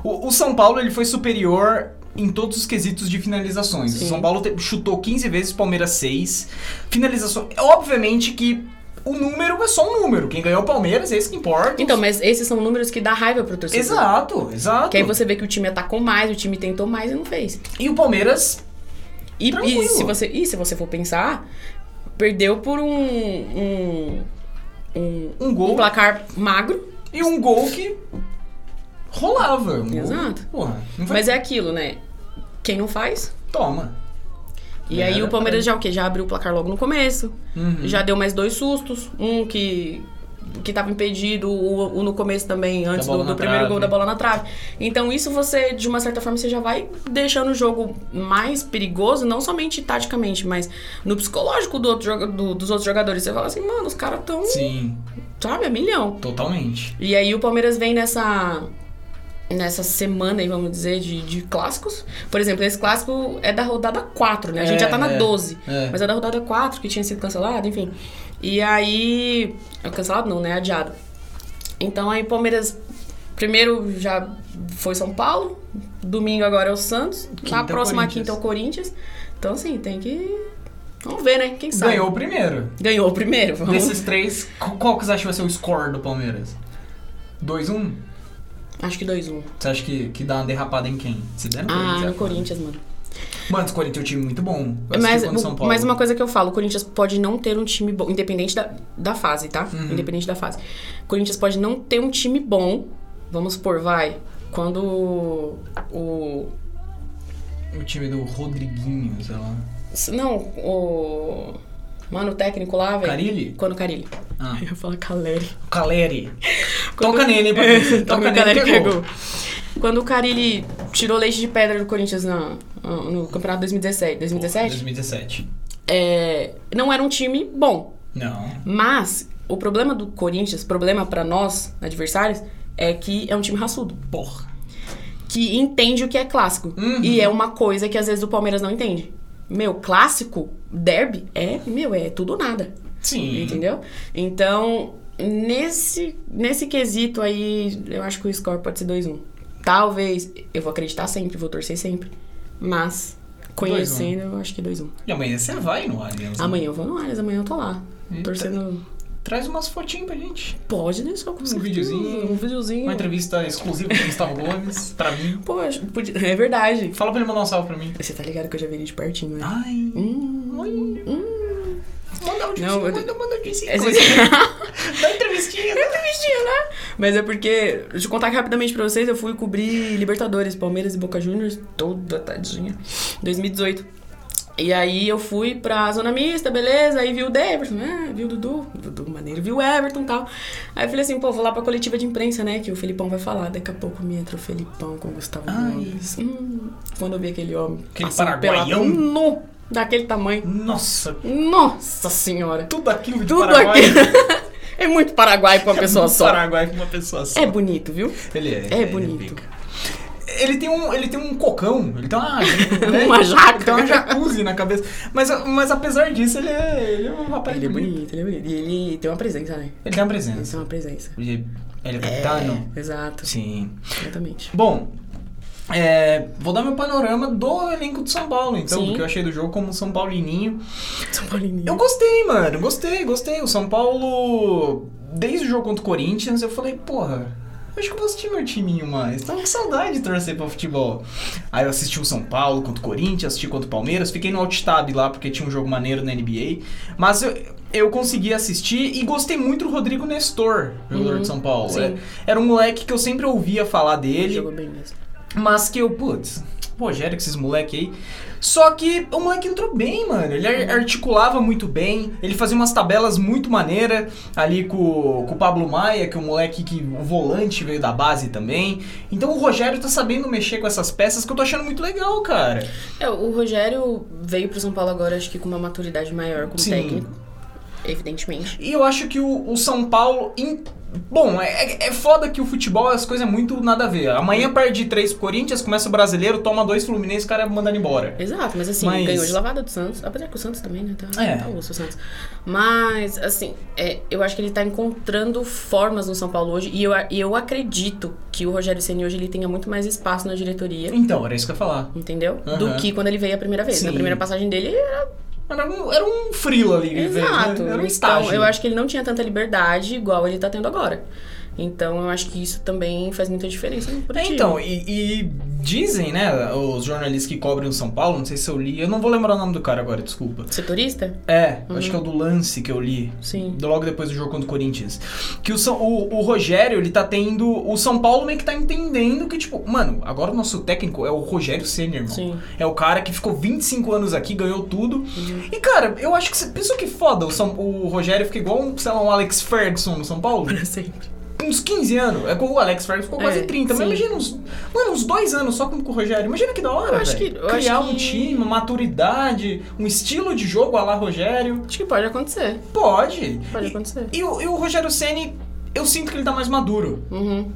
[SPEAKER 1] O, o São Paulo ele foi superior em todos os quesitos de finalizações. O
[SPEAKER 2] Sim.
[SPEAKER 1] São Paulo te- chutou 15 vezes, Palmeiras 6. Finalização, obviamente que o número é só um número. Quem ganhou é o Palmeiras, é esse que importa.
[SPEAKER 2] Então, mas esses são números que dá raiva pro torcedor.
[SPEAKER 1] Exato, exato.
[SPEAKER 2] Que aí você vê que o time atacou mais, o time tentou mais e não fez.
[SPEAKER 1] E o Palmeiras
[SPEAKER 2] E,
[SPEAKER 1] Tranquilo.
[SPEAKER 2] e se você, e se você for pensar, perdeu por um. um, um,
[SPEAKER 1] Um
[SPEAKER 2] um
[SPEAKER 1] gol
[SPEAKER 2] placar magro.
[SPEAKER 1] e um gol que Rolava. um gol.
[SPEAKER 2] Exato.
[SPEAKER 1] Porra, não vai...
[SPEAKER 2] Mas é aquilo, né? Quem não faz.
[SPEAKER 1] Toma.
[SPEAKER 2] E
[SPEAKER 1] É,
[SPEAKER 2] aí o Palmeiras já o quê? Já abriu o placar logo no começo.
[SPEAKER 1] Uhum.
[SPEAKER 2] Já deu mais dois sustos. Um que que tava impedido, o, o no começo também, antes
[SPEAKER 1] bola
[SPEAKER 2] do, do
[SPEAKER 1] na
[SPEAKER 2] primeiro
[SPEAKER 1] trave.
[SPEAKER 2] gol da bola na trave. Então isso você, de uma certa forma, você já vai deixando o jogo mais perigoso, não somente taticamente, mas no psicológico do outro joga- do- dos outros jogadores. Você fala assim, mano, os caras tão,
[SPEAKER 1] Sim,
[SPEAKER 2] sabe, a milhão.
[SPEAKER 1] totalmente.
[SPEAKER 2] E aí o Palmeiras vem nessa nessa semana aí, vamos dizer, de, de clássicos. Por exemplo, esse clássico é da rodada 4, né? A gente
[SPEAKER 1] É,
[SPEAKER 2] já tá na
[SPEAKER 1] é,
[SPEAKER 2] 12.
[SPEAKER 1] é.
[SPEAKER 2] Mas é da rodada 4 que tinha sido cancelado, enfim. E aí. Cancelado não, né? Adiado. Então aí o Palmeiras. Primeiro já foi São Paulo, domingo agora é o Santos,
[SPEAKER 1] Quinta é
[SPEAKER 2] na
[SPEAKER 1] o
[SPEAKER 2] próxima
[SPEAKER 1] Corinthians.
[SPEAKER 2] quinta é o Corinthians. Então assim, tem que. Vamos ver, né? Quem sabe?
[SPEAKER 1] Ganhou o primeiro.
[SPEAKER 2] Ganhou o primeiro. Vamos...
[SPEAKER 1] Desses três, qu- qual que você acha que vai ser o score do Palmeiras? 2-1?
[SPEAKER 2] Acho que 2-1.
[SPEAKER 1] Você acha que, que dá uma derrapada em quem? Se der no
[SPEAKER 2] Ah,
[SPEAKER 1] Corinthians. é
[SPEAKER 2] no
[SPEAKER 1] foda.
[SPEAKER 2] Corinthians, mano.
[SPEAKER 1] Mano, o Corinthians é um time muito bom. Eu assisti
[SPEAKER 2] Mas,
[SPEAKER 1] contra o São Paulo.
[SPEAKER 2] mas uma coisa que eu falo, o Corinthians pode não ter um time bom, independente da, da fase, tá?
[SPEAKER 1] Uhum.
[SPEAKER 2] Independente da fase. O Corinthians pode não ter um time bom, vamos supor, vai, quando o- o...
[SPEAKER 1] O time do Rodriguinho, sei lá.
[SPEAKER 2] Não, o... Mano, o técnico lá, velho.
[SPEAKER 1] Carilli?
[SPEAKER 2] Quando o Carilli.
[SPEAKER 1] Ah.
[SPEAKER 2] Eu falo Caleri.
[SPEAKER 1] O Caleri.
[SPEAKER 2] Quando-
[SPEAKER 1] Toca nele, hein, Patrícia.
[SPEAKER 2] Toca
[SPEAKER 1] Toca
[SPEAKER 2] o Caleri
[SPEAKER 1] nele, pegou.
[SPEAKER 2] pegou. Quando o Carilli tirou leite de pedra do Corinthians na- no campeonato 2017, 2017
[SPEAKER 1] 2017.
[SPEAKER 2] é, não era um time bom.
[SPEAKER 1] Não.
[SPEAKER 2] Mas o problema do Corinthians, problema pra nós, adversários, é que é um time raçudo,
[SPEAKER 1] Porra. Uhum.
[SPEAKER 2] que entende o que é clássico. E é uma coisa que às vezes o Palmeiras não entende. Meu, clássico, derby, é, meu, é tudo ou nada.
[SPEAKER 1] Sim.
[SPEAKER 2] Entendeu? Então, nesse, nesse quesito aí, eu acho que o score pode ser 2-1. Talvez, eu vou acreditar sempre, vou torcer sempre. Mas,
[SPEAKER 1] um.
[SPEAKER 2] conhecendo, eu acho que 2-1.
[SPEAKER 1] E amanhã você vai no Allianz. né?
[SPEAKER 2] Amanhã eu vou no Allianz, amanhã eu tô lá.
[SPEAKER 1] Eita.
[SPEAKER 2] Torcendo.
[SPEAKER 1] Traz umas fotinhas pra gente.
[SPEAKER 2] Pode deixar com certeza.
[SPEAKER 1] videozinho.
[SPEAKER 2] Um videozinho.
[SPEAKER 1] Uma entrevista exclusiva com o Gustavo Gomes, pra mim.
[SPEAKER 2] Pô, acho- podia- é verdade.
[SPEAKER 1] Fala pra ele mandar um salve pra mim.
[SPEAKER 2] Você tá ligado que eu já virei de pertinho, né?
[SPEAKER 1] Ai.
[SPEAKER 2] Hum.
[SPEAKER 1] Oi. Manda um
[SPEAKER 2] Não, eu- É,
[SPEAKER 1] manda, manda um disco.
[SPEAKER 2] Esse-
[SPEAKER 1] Dá entrevistinha. né?
[SPEAKER 2] Entrevistinha, né? Mas é porque, deixa eu contar aqui rapidamente pra vocês, eu fui cobrir Libertadores, Palmeiras e Boca Juniors, toda tadinha, 2018. E aí eu fui pra zona mista, beleza, aí vi o Daverson, né, vi o Dudu, Dudu maneiro, vi o Everton e tal. Aí eu falei assim, pô, vou lá pra coletiva de imprensa, né, que o Felipão vai falar, daqui a pouco me entra o Felipão com o Gustavo
[SPEAKER 1] Ai.
[SPEAKER 2] Gomes. Hum, quando eu vi aquele homem
[SPEAKER 1] Aquele
[SPEAKER 2] passando
[SPEAKER 1] paraguaião.
[SPEAKER 2] pelado, nu, daquele tamanho,
[SPEAKER 1] Nossa,
[SPEAKER 2] Nossa senhora!
[SPEAKER 1] tudo aquilo de
[SPEAKER 2] Tudo
[SPEAKER 1] Paraguai.
[SPEAKER 2] aquilo. É muito Paraguai pra uma pessoa
[SPEAKER 1] Tudo
[SPEAKER 2] só.
[SPEAKER 1] Paraguai com uma pessoa só.
[SPEAKER 2] É bonito, viu?
[SPEAKER 1] Ele é.
[SPEAKER 2] É
[SPEAKER 1] ele
[SPEAKER 2] bonito.
[SPEAKER 1] pica. Ele tem um, ele tem um cocão, ele tem uma, né?
[SPEAKER 2] Uma jaca.
[SPEAKER 1] Ele tem uma jacuzzi na cabeça. Mas, mas apesar disso, ele é, ele é um rapaz
[SPEAKER 2] Ele é
[SPEAKER 1] bonito.
[SPEAKER 2] bonito, ele é bonito. E ele tem uma presença, né?
[SPEAKER 1] Ele tem uma
[SPEAKER 2] Ele tem
[SPEAKER 1] presença.
[SPEAKER 2] uma presença.
[SPEAKER 1] Ele ele é capitano.
[SPEAKER 2] Exato,
[SPEAKER 1] Sim.
[SPEAKER 2] exatamente.
[SPEAKER 1] Bom, é, vou dar meu panorama do elenco do São Paulo, então,
[SPEAKER 2] Sim.
[SPEAKER 1] do que eu achei do jogo como São Paulininho.
[SPEAKER 2] São Paulinho.
[SPEAKER 1] Eu gostei, mano. Gostei, gostei. O São Paulo, desde o jogo contra o Corinthians, eu falei, porra. Acho que eu vou assistir meu timinho mais. Tava com saudade de torcer pra futebol. Aí eu assisti o São Paulo contra o Corinthians, assisti contra o Palmeiras. Fiquei no alt tab lá porque tinha um jogo maneiro na NBA. Mas eu, eu consegui assistir e gostei muito do Rodrigo Nestor, jogador de São Paulo.
[SPEAKER 2] Uhum. sim.
[SPEAKER 1] É- Era um moleque que eu sempre ouvia falar
[SPEAKER 2] Ele
[SPEAKER 1] dele.
[SPEAKER 2] jogou bem mesmo.
[SPEAKER 1] Mas que eu, putz, Rogério, com esses moleque aí. Só que o moleque entrou bem, mano. Ele ar- articulava muito bem, ele fazia umas tabelas muito maneira ali com, com o Pablo Maia, que é um moleque que o volante veio da base também. Então o Rogério tá sabendo mexer com essas peças que eu tô achando muito legal, cara.
[SPEAKER 2] É, o Rogério veio pro São Paulo agora, acho que com uma maturidade maior como
[SPEAKER 1] Sim.
[SPEAKER 2] técnico. Evidentemente.
[SPEAKER 1] E eu acho que o, o São Paulo. em- Bom, é, é foda que o futebol as coisas é muito nada a ver. Amanhã perde três pro Corinthians, começa o brasileiro, toma dois Fluminense, o cara é mandando embora.
[SPEAKER 2] Exato, mas assim,
[SPEAKER 1] Mas-
[SPEAKER 2] ganhou de lavada do Santos. Apesar que o Santos também, né? Tá,
[SPEAKER 1] É.
[SPEAKER 2] tá osso o Santos. Mas, assim, é, eu acho que ele tá encontrando formas no São Paulo hoje. E eu, a- e eu acredito que o Rogério Ceni hoje ele tenha muito mais espaço na diretoria.
[SPEAKER 1] Então, era isso que eu ia falar.
[SPEAKER 2] Entendeu?
[SPEAKER 1] Aham.
[SPEAKER 2] Do que quando ele veio a primeira vez.
[SPEAKER 1] Sim.
[SPEAKER 2] Na primeira passagem dele era.
[SPEAKER 1] Era um, era um frila ali, que ele fez, né?
[SPEAKER 2] Exato.
[SPEAKER 1] Era um
[SPEAKER 2] então,
[SPEAKER 1] estágio.
[SPEAKER 2] eu acho que ele não tinha tanta liberdade igual ele tá tendo agora. Então eu acho que isso também faz muita diferença no
[SPEAKER 1] É,
[SPEAKER 2] time.
[SPEAKER 1] Então, e, e dizem, né, os jornalistas que cobrem o São Paulo, não sei se eu li, eu não vou lembrar o nome do cara agora, desculpa.
[SPEAKER 2] Setorista?
[SPEAKER 1] É, eu acho que é o do lance que eu li.
[SPEAKER 2] Uhum. Sim.
[SPEAKER 1] do- Logo depois do jogo contra o Corinthians. Que o, São- o, o Rogério, ele tá tendo. O São Paulo meio que tá entendendo que, tipo, mano, agora o nosso técnico é o Rogério Senna, irmão.
[SPEAKER 2] Sim.
[SPEAKER 1] É o cara que ficou 25 anos aqui, ganhou tudo.
[SPEAKER 2] Uhum.
[SPEAKER 1] E, cara, eu acho que. Você, pensou que foda? O, São, o Rogério fica igual, um, sei lá, um Alex Ferguson no São Paulo?
[SPEAKER 2] Pra sempre.
[SPEAKER 1] uns 15 anos. É que o Alex Ferguson ficou quase
[SPEAKER 2] É,
[SPEAKER 1] 30. Mas
[SPEAKER 2] sim.
[SPEAKER 1] imagina uns. Mano, uns dois anos só com o Rogério. Imagina que da hora.
[SPEAKER 2] Eu acho
[SPEAKER 1] velho.
[SPEAKER 2] que- eu acho
[SPEAKER 1] Criar um
[SPEAKER 2] que-
[SPEAKER 1] time, uma maturidade, um estilo de jogo a lá Rogério.
[SPEAKER 2] Acho que pode acontecer.
[SPEAKER 1] Pode.
[SPEAKER 2] Pode
[SPEAKER 1] E-
[SPEAKER 2] acontecer.
[SPEAKER 1] E, o, e o Rogério Ceni, eu sinto que ele tá mais maduro.
[SPEAKER 2] Uhum.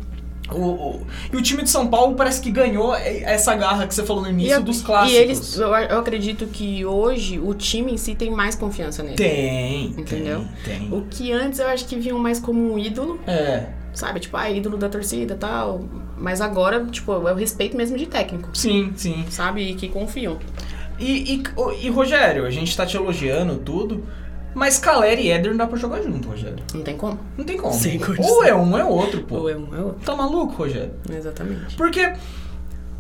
[SPEAKER 1] O, o- e o time de São Paulo parece que ganhou e- essa garra que você falou no início
[SPEAKER 2] a-
[SPEAKER 1] dos clássicos.
[SPEAKER 2] E eles, eu, eu acredito que hoje o time em si tem mais confiança nele.
[SPEAKER 1] Tem,
[SPEAKER 2] Entendeu?
[SPEAKER 1] Tem. tem.
[SPEAKER 2] O que antes eu acho que vinham mais como um ídolo,
[SPEAKER 1] É.
[SPEAKER 2] sabe? Tipo, ah, ídolo da torcida e tal. Mas agora, tipo, é o respeito mesmo de técnico,
[SPEAKER 1] Sim, sim.
[SPEAKER 2] sabe? E que confiam.
[SPEAKER 1] E, e, o- e, Rogério, a gente tá te elogiando tudo. Mas Caleri e Éder não dá pra jogar junto, Rogério.
[SPEAKER 2] Não tem como.
[SPEAKER 1] Não tem como.
[SPEAKER 2] Sem condição.
[SPEAKER 1] ou é um, é outro, pô.
[SPEAKER 2] Ou é um, é outro.
[SPEAKER 1] Tá maluco, Rogério?
[SPEAKER 2] Exatamente.
[SPEAKER 1] Porque,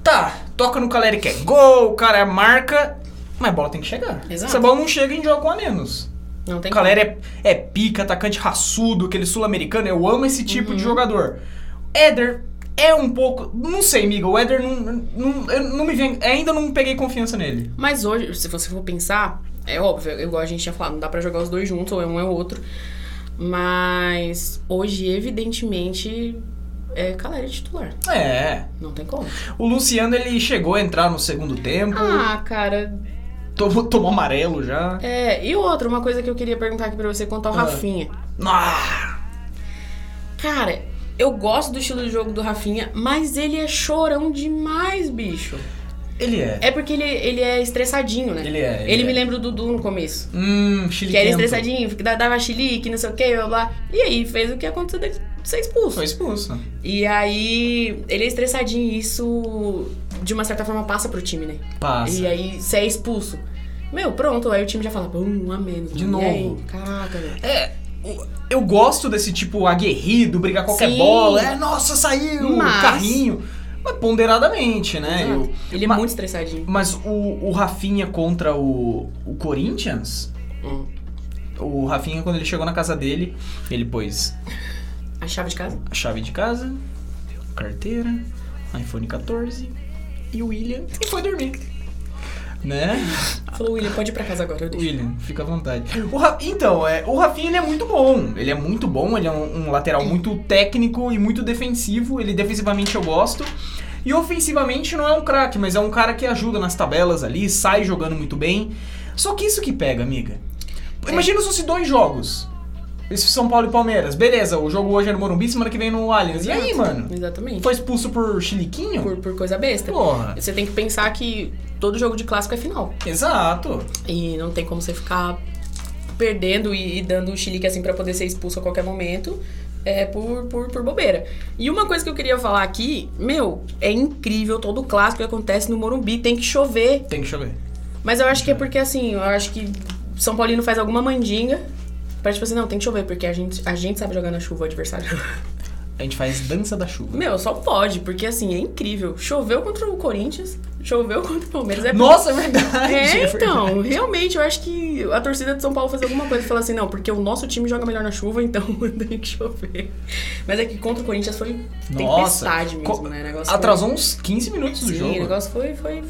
[SPEAKER 1] tá, toca no Caleri que é gol, o cara marca, mas a bola tem que chegar.
[SPEAKER 2] Exato.
[SPEAKER 1] Se a bola não chega, a gente joga com a menos.
[SPEAKER 2] Não tem
[SPEAKER 1] O Caleri é, é pica, atacante raçudo, aquele sul-americano, eu amo esse tipo
[SPEAKER 2] Uhum.
[SPEAKER 1] de jogador. Éder é um pouco, não sei, amiga, o Éder não, não, eu não me vem, ainda não peguei confiança nele.
[SPEAKER 2] como. Mas hoje, se você for pensar, é óbvio, igual a gente tinha falado, não dá pra jogar os dois juntos, ou é um é o outro. Mas hoje, evidentemente, é Caleri titular.
[SPEAKER 1] É,
[SPEAKER 2] Não tem como.
[SPEAKER 1] o Luciano ele chegou a entrar no segundo tempo,
[SPEAKER 2] Ah, cara,
[SPEAKER 1] tomou, tomou amarelo já.
[SPEAKER 2] É, e outra, uma coisa que eu queria perguntar aqui pra você quanto ao
[SPEAKER 1] Ah.
[SPEAKER 2] Rafinha.
[SPEAKER 1] Ah,
[SPEAKER 2] Cara, eu gosto do estilo de jogo do Rafinha, mas ele é chorão demais, bicho.
[SPEAKER 1] ele é.
[SPEAKER 2] É porque ele, ele é estressadinho, né?
[SPEAKER 1] Ele é, ele
[SPEAKER 2] Ele, me
[SPEAKER 1] é.
[SPEAKER 2] lembra o Dudu no começo.
[SPEAKER 1] Hum,
[SPEAKER 2] Que era
[SPEAKER 1] chiliquento.
[SPEAKER 2] estressadinho, que da- dava chilique, não sei o que, blá blá. E aí, fez o que aconteceu dele ser expulso.
[SPEAKER 1] Foi expulso.
[SPEAKER 2] E aí, ele é estressadinho e isso, de uma certa forma, passa pro time, né?
[SPEAKER 1] Passa.
[SPEAKER 2] E aí, você é expulso. Meu, pronto, aí o time já fala, um a menos.
[SPEAKER 1] De
[SPEAKER 2] mano. E aí?
[SPEAKER 1] novo.
[SPEAKER 2] Caraca, velho.
[SPEAKER 1] É, o- eu gosto desse tipo aguerrido, brigar qualquer
[SPEAKER 2] Sim.
[SPEAKER 1] bola. É, nossa, saiu!
[SPEAKER 2] Mas-
[SPEAKER 1] Carrinho. Mas ponderadamente, né?
[SPEAKER 2] Exato.
[SPEAKER 1] Eu-
[SPEAKER 2] ele é
[SPEAKER 1] ma-
[SPEAKER 2] muito estressadinho.
[SPEAKER 1] Mas o, o Rafinha contra o, o Corinthians,
[SPEAKER 2] Hum.
[SPEAKER 1] o Rafinha, quando ele chegou na casa dele, ele pôs
[SPEAKER 2] A chave de casa?
[SPEAKER 1] a chave de casa, carteira, iPhone 14 e o William e foi dormir. Né?
[SPEAKER 2] Falou, William, pode ir pra casa agora, eu deixo.
[SPEAKER 1] William, fica à vontade. O Ra- Então, é, o Rafinha ele é muito bom. Ele é muito bom, ele é um, um lateral muito técnico e muito defensivo. Ele defensivamente eu gosto. E ofensivamente não é um craque, mas é um cara que ajuda nas tabelas ali, sai jogando muito bem. Só que isso que pega, amiga. Imagina se fossem dois jogos. Esse São Paulo e Palmeiras. Beleza, o jogo hoje é no Morumbi, semana que vem no Allianz. E aí, mano?
[SPEAKER 2] Exatamente.
[SPEAKER 1] Foi expulso por chiliquinho?
[SPEAKER 2] Por, por coisa besta.
[SPEAKER 1] Porra.
[SPEAKER 2] Você tem que pensar que todo jogo de clássico é final.
[SPEAKER 1] Exato.
[SPEAKER 2] E não tem como você ficar perdendo e, e dando o chilique assim pra poder ser expulso a qualquer momento. É por, por, por bobeira. E uma coisa que eu queria falar aqui, meu, é incrível todo clássico que acontece no Morumbi, tem que chover.
[SPEAKER 1] Tem que chover.
[SPEAKER 2] Mas eu acho que é porque assim, eu acho que São Paulino faz alguma mandinga pra tipo assim, não, tem que chover, porque a gente, a gente sabe jogar na chuva o adversário.
[SPEAKER 1] A gente faz dança da chuva.
[SPEAKER 2] Meu, só pode, porque assim, é incrível. Choveu contra o Corinthians, choveu contra o Palmeiras. É
[SPEAKER 1] Nossa, é verdade.
[SPEAKER 2] É,
[SPEAKER 1] é
[SPEAKER 2] então,
[SPEAKER 1] verdade.
[SPEAKER 2] realmente, eu acho que a torcida de São Paulo fez alguma coisa e falou assim, não, porque o nosso time joga melhor na chuva, então tem que chover. Mas é que contra o Corinthians foi
[SPEAKER 1] Nossa.
[SPEAKER 2] tempestade mesmo,
[SPEAKER 1] Co-
[SPEAKER 2] né? O negócio
[SPEAKER 1] Atrasou uns 15 minutos
[SPEAKER 2] foi...
[SPEAKER 1] do
[SPEAKER 2] Sim,
[SPEAKER 1] jogo.
[SPEAKER 2] o negócio foi, foi,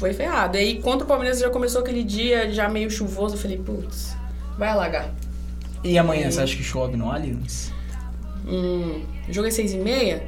[SPEAKER 2] foi ferrado. E aí, contra o Palmeiras já começou aquele dia já meio chuvoso, eu falei, putz, vai alagar.
[SPEAKER 1] E amanhã você acha que chove no Allianz?
[SPEAKER 2] Hum, o jogo é seis e meia,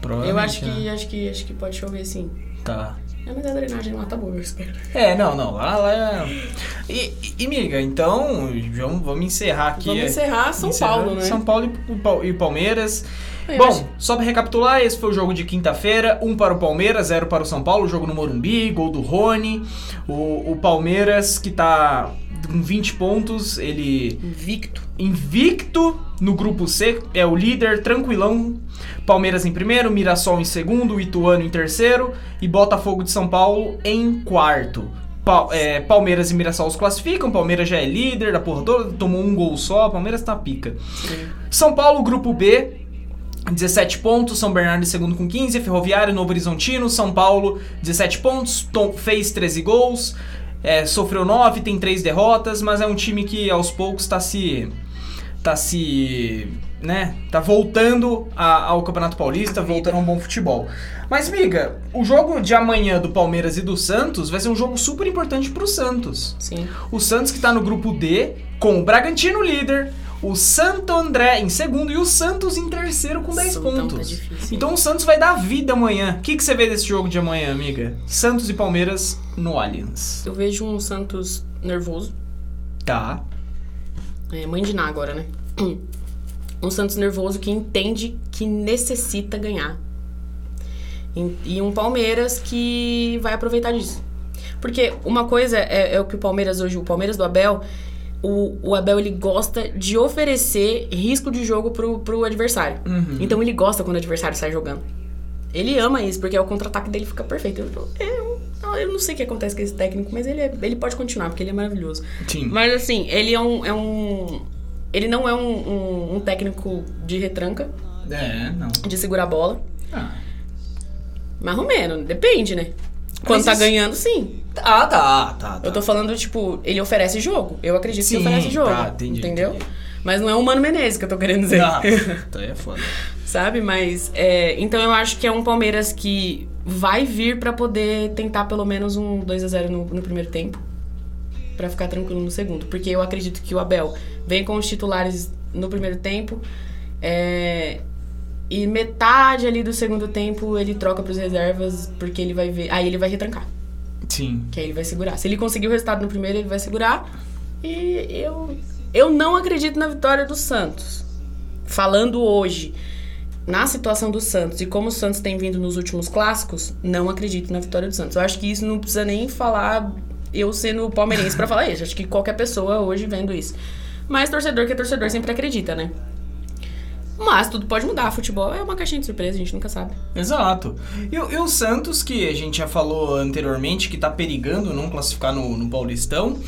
[SPEAKER 1] Provavelmente.
[SPEAKER 2] eu acho que,
[SPEAKER 1] né?
[SPEAKER 2] acho que, acho que pode chover sim.
[SPEAKER 1] Tá.
[SPEAKER 2] É, mas a drenagem lá tá boa, eu espero.
[SPEAKER 1] É, não, não. Lá, lá é. E, e- e, miga, então, vamos, vamos encerrar aqui.
[SPEAKER 2] Vamos
[SPEAKER 1] é,
[SPEAKER 2] encerrar São
[SPEAKER 1] encerrar
[SPEAKER 2] Paulo, né?
[SPEAKER 1] São Paulo e, o Pal- e Palmeiras.
[SPEAKER 2] Eu
[SPEAKER 1] Bom,
[SPEAKER 2] acho-
[SPEAKER 1] só pra recapitular, esse foi o jogo de quinta-feira. Um para o Palmeiras, zero para o São Paulo. Jogo no Morumbi, gol do Rony. O, o Palmeiras, que tá com 20 pontos, ele
[SPEAKER 2] é um Invicto.
[SPEAKER 1] invicto no grupo C, é o líder, tranquilão. Palmeiras em primeiro, Mirassol em segundo, Ituano em terceiro e Botafogo de São Paulo em quarto. Pal- é, Palmeiras e Mirassol se classificam, Palmeiras já é líder
[SPEAKER 2] né?
[SPEAKER 1] da porra toda, tomou um gol só, Palmeiras tá pica. São Paulo, grupo B, 17 pontos, São Bernardo em segundo com 15, Ferroviário, Novo Horizontino, São Paulo 17 pontos, Tom- fez 13 gols, é, sofreu 9, tem 3 derrotas, mas é um time que aos poucos está se. tá se. né? tá voltando a- ao Campeonato Paulista, voltando a um bom futebol. Mas, miga, o jogo de amanhã do Palmeiras e do Santos vai ser um jogo super importante pro Santos.
[SPEAKER 2] Sim.
[SPEAKER 1] O Santos que tá no grupo D, com o Bragantino líder, o Santo André em segundo e o Santos em terceiro com 10
[SPEAKER 2] Então tá
[SPEAKER 1] pontos.
[SPEAKER 2] difícil.
[SPEAKER 1] então o Santos vai dar vida amanhã. O que, que você vê desse jogo de amanhã, amiga? Santos e Palmeiras no Allianz.
[SPEAKER 2] Eu vejo um Santos nervoso.
[SPEAKER 1] Tá.
[SPEAKER 2] É, mãe de Ná agora, né? Um Santos nervoso que entende que necessita ganhar. E e um Palmeiras que vai aproveitar disso. Porque uma coisa é, é o que o Palmeiras hoje, o Palmeiras do Abel, o, o Abel ele gosta de oferecer risco de jogo pro, pro adversário. Então ele gosta quando o adversário sai jogando. Ele ama isso, porque é o contra-ataque dele fica perfeito. Eu, eu- eu não sei o que acontece com esse técnico, mas ele, é- ele pode continuar, porque ele é maravilhoso.
[SPEAKER 1] Sim.
[SPEAKER 2] Mas assim, ele é um. é um- ele não é um, um- um técnico de retranca,
[SPEAKER 1] É, não.
[SPEAKER 2] de segurar a bola.
[SPEAKER 1] Ah,
[SPEAKER 2] Mais ou menos, depende, né? Quando
[SPEAKER 1] Mas
[SPEAKER 2] tá
[SPEAKER 1] isso-
[SPEAKER 2] ganhando, sim.
[SPEAKER 1] tá, tá, tá.
[SPEAKER 2] Eu tô falando, tipo, ele oferece jogo. Eu acredito
[SPEAKER 1] Sim,
[SPEAKER 2] que oferece jogo.
[SPEAKER 1] tá, entendi,
[SPEAKER 2] entendeu?
[SPEAKER 1] entendi.
[SPEAKER 2] Mas não é o Mano Menezes que eu tô querendo dizer.
[SPEAKER 1] Ah, tá, é foda.
[SPEAKER 2] Sabe? Mas. é, então eu acho que é um Palmeiras que vai vir pra poder tentar pelo menos um 2 a 0 no, no primeiro tempo. Pra ficar tranquilo no segundo. Porque eu acredito que o Abel vem com os titulares no primeiro tempo. é, e metade ali do segundo tempo ele troca pros reservas. Porque ele vai ver. Aí ele vai retrancar.
[SPEAKER 1] Sim.
[SPEAKER 2] Que aí ele vai segurar. Se ele conseguir o resultado no primeiro, ele vai segurar. E eu, eu não acredito na vitória do Santos. Falando hoje, na situação do Santos e como o Santos tem vindo nos últimos clássicos, não acredito na vitória do Santos. Eu acho que isso não precisa nem falar eu sendo palmeirense pra falar isso. Acho que qualquer pessoa hoje vendo isso. Mas torcedor que é torcedor sempre acredita, né? Mas tudo pode mudar. Futebol é uma caixinha de surpresa, a gente nunca sabe.
[SPEAKER 1] Exato. E, o- e o Santos, que a gente já falou anteriormente, que tá perigando não classificar no, no Paulistão.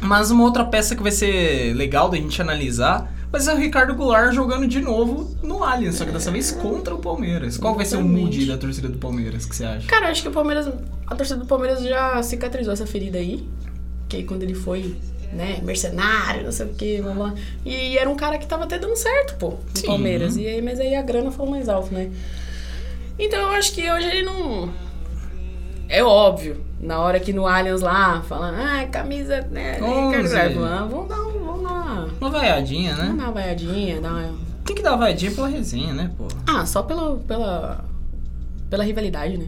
[SPEAKER 1] Mas uma outra peça que vai ser legal da gente analisar vai ser o Ricardo Goulart jogando de novo no Allianz, só que dessa vez contra o Palmeiras. Qual vai ser o
[SPEAKER 2] Exatamente.
[SPEAKER 1] mood da torcida do Palmeiras, que você acha?
[SPEAKER 2] Cara, eu acho que o Palmeiras. A torcida do Palmeiras já cicatrizou essa ferida aí. Que aí quando ele foi, né, mercenário, não sei o que, blá blá. E era um cara que tava até dando certo, pô, no
[SPEAKER 1] Sim.
[SPEAKER 2] Palmeiras. E aí, mas aí a grana falou mais alto, né? Então eu acho que hoje ele não. É óbvio. Na hora que no Allianz lá, fala, ah, camisa, né?
[SPEAKER 1] Onze.
[SPEAKER 2] Quero Vamos dar um. Vamos dar uma.
[SPEAKER 1] Uma vaiadinha,
[SPEAKER 2] Vamos
[SPEAKER 1] né?
[SPEAKER 2] dar uma vaiadinha, dar uma.
[SPEAKER 1] Tem que dar vaiadinha pela resenha, né, pô?
[SPEAKER 2] Ah, só pelo, pela. pela rivalidade, né?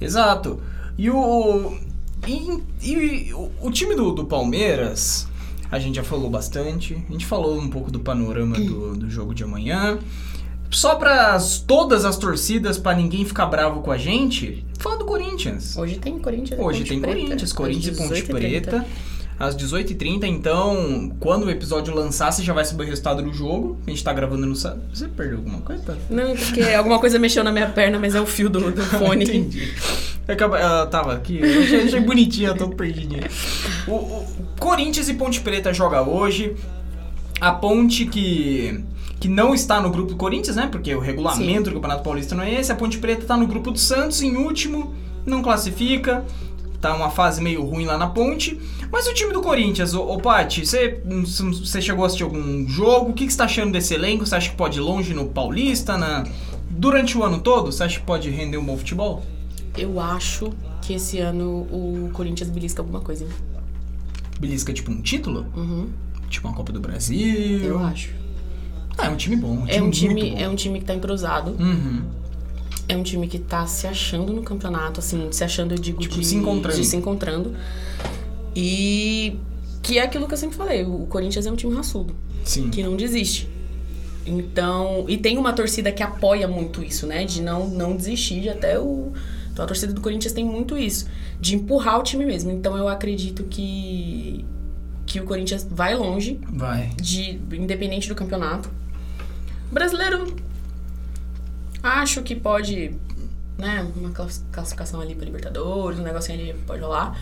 [SPEAKER 1] Exato. E o. E, e o, o time do, do Palmeiras, a gente já falou bastante. A gente falou um pouco do panorama do, do jogo de amanhã. Só para todas as torcidas, para ninguém ficar bravo com a gente, fala do Corinthians.
[SPEAKER 2] Hoje tem Corinthians. e
[SPEAKER 1] Hoje
[SPEAKER 2] Ponte
[SPEAKER 1] tem
[SPEAKER 2] Preta, é
[SPEAKER 1] Corinthians,
[SPEAKER 2] às
[SPEAKER 1] Corinthians e Ponte
[SPEAKER 2] 18h30.
[SPEAKER 1] Preta. Às 18h30, então, quando o episódio lançar, você já vai saber o resultado do jogo. A gente tá gravando no sábado. Você perdeu alguma coisa? Tá?
[SPEAKER 2] Não, é porque alguma coisa mexeu na minha perna, mas é o fio do, do fone.
[SPEAKER 1] Entendi. É Eu acaba- ela tava aqui, eu achei, achei bonitinha, eu tô perdidinha. O, o Corinthians e Ponte Preta joga hoje. A Ponte que que não está no grupo do Corinthians, né? Porque o regulamento do Campeonato Paulista não é esse. A Ponte Preta tá no grupo do Santos em último, não classifica. Tá uma fase meio ruim lá na Ponte. Mas o time do Corinthians, ô, ô Paty, você hum, você chegou a assistir algum jogo? O que, que você tá achando desse elenco? Você acha que pode ir longe no Paulista, na... durante o ano todo? Você acha que pode render um bom futebol?
[SPEAKER 2] Eu acho que esse ano o Corinthians belisca alguma coisa, hein?
[SPEAKER 1] Belisca tipo um título?
[SPEAKER 2] Uhum,
[SPEAKER 1] Tipo uma Copa do Brasil?
[SPEAKER 2] eu acho.
[SPEAKER 1] Ah, é um time bom. Um time
[SPEAKER 2] É um
[SPEAKER 1] muito
[SPEAKER 2] time,
[SPEAKER 1] bom.
[SPEAKER 2] é um time que tá entrosado.
[SPEAKER 1] Uhum.
[SPEAKER 2] É um time que tá se achando no campeonato, assim, se achando, eu digo,
[SPEAKER 1] Tipo,
[SPEAKER 2] de
[SPEAKER 1] se encontrando.
[SPEAKER 2] de se encontrando. E que é aquilo que eu sempre falei, o Corinthians é um time raçudo.
[SPEAKER 1] Sim.
[SPEAKER 2] que não desiste. Então, e tem uma torcida que apoia muito isso, né? De não, não desistir de até o. Então a torcida do Corinthians tem muito isso, de empurrar o time mesmo. Então eu acredito que que o Corinthians vai longe,
[SPEAKER 1] Vai.
[SPEAKER 2] de independente do campeonato. O brasileiro acho que pode, né, uma class- classificação ali para Libertadores, um negocinho ali pode rolar.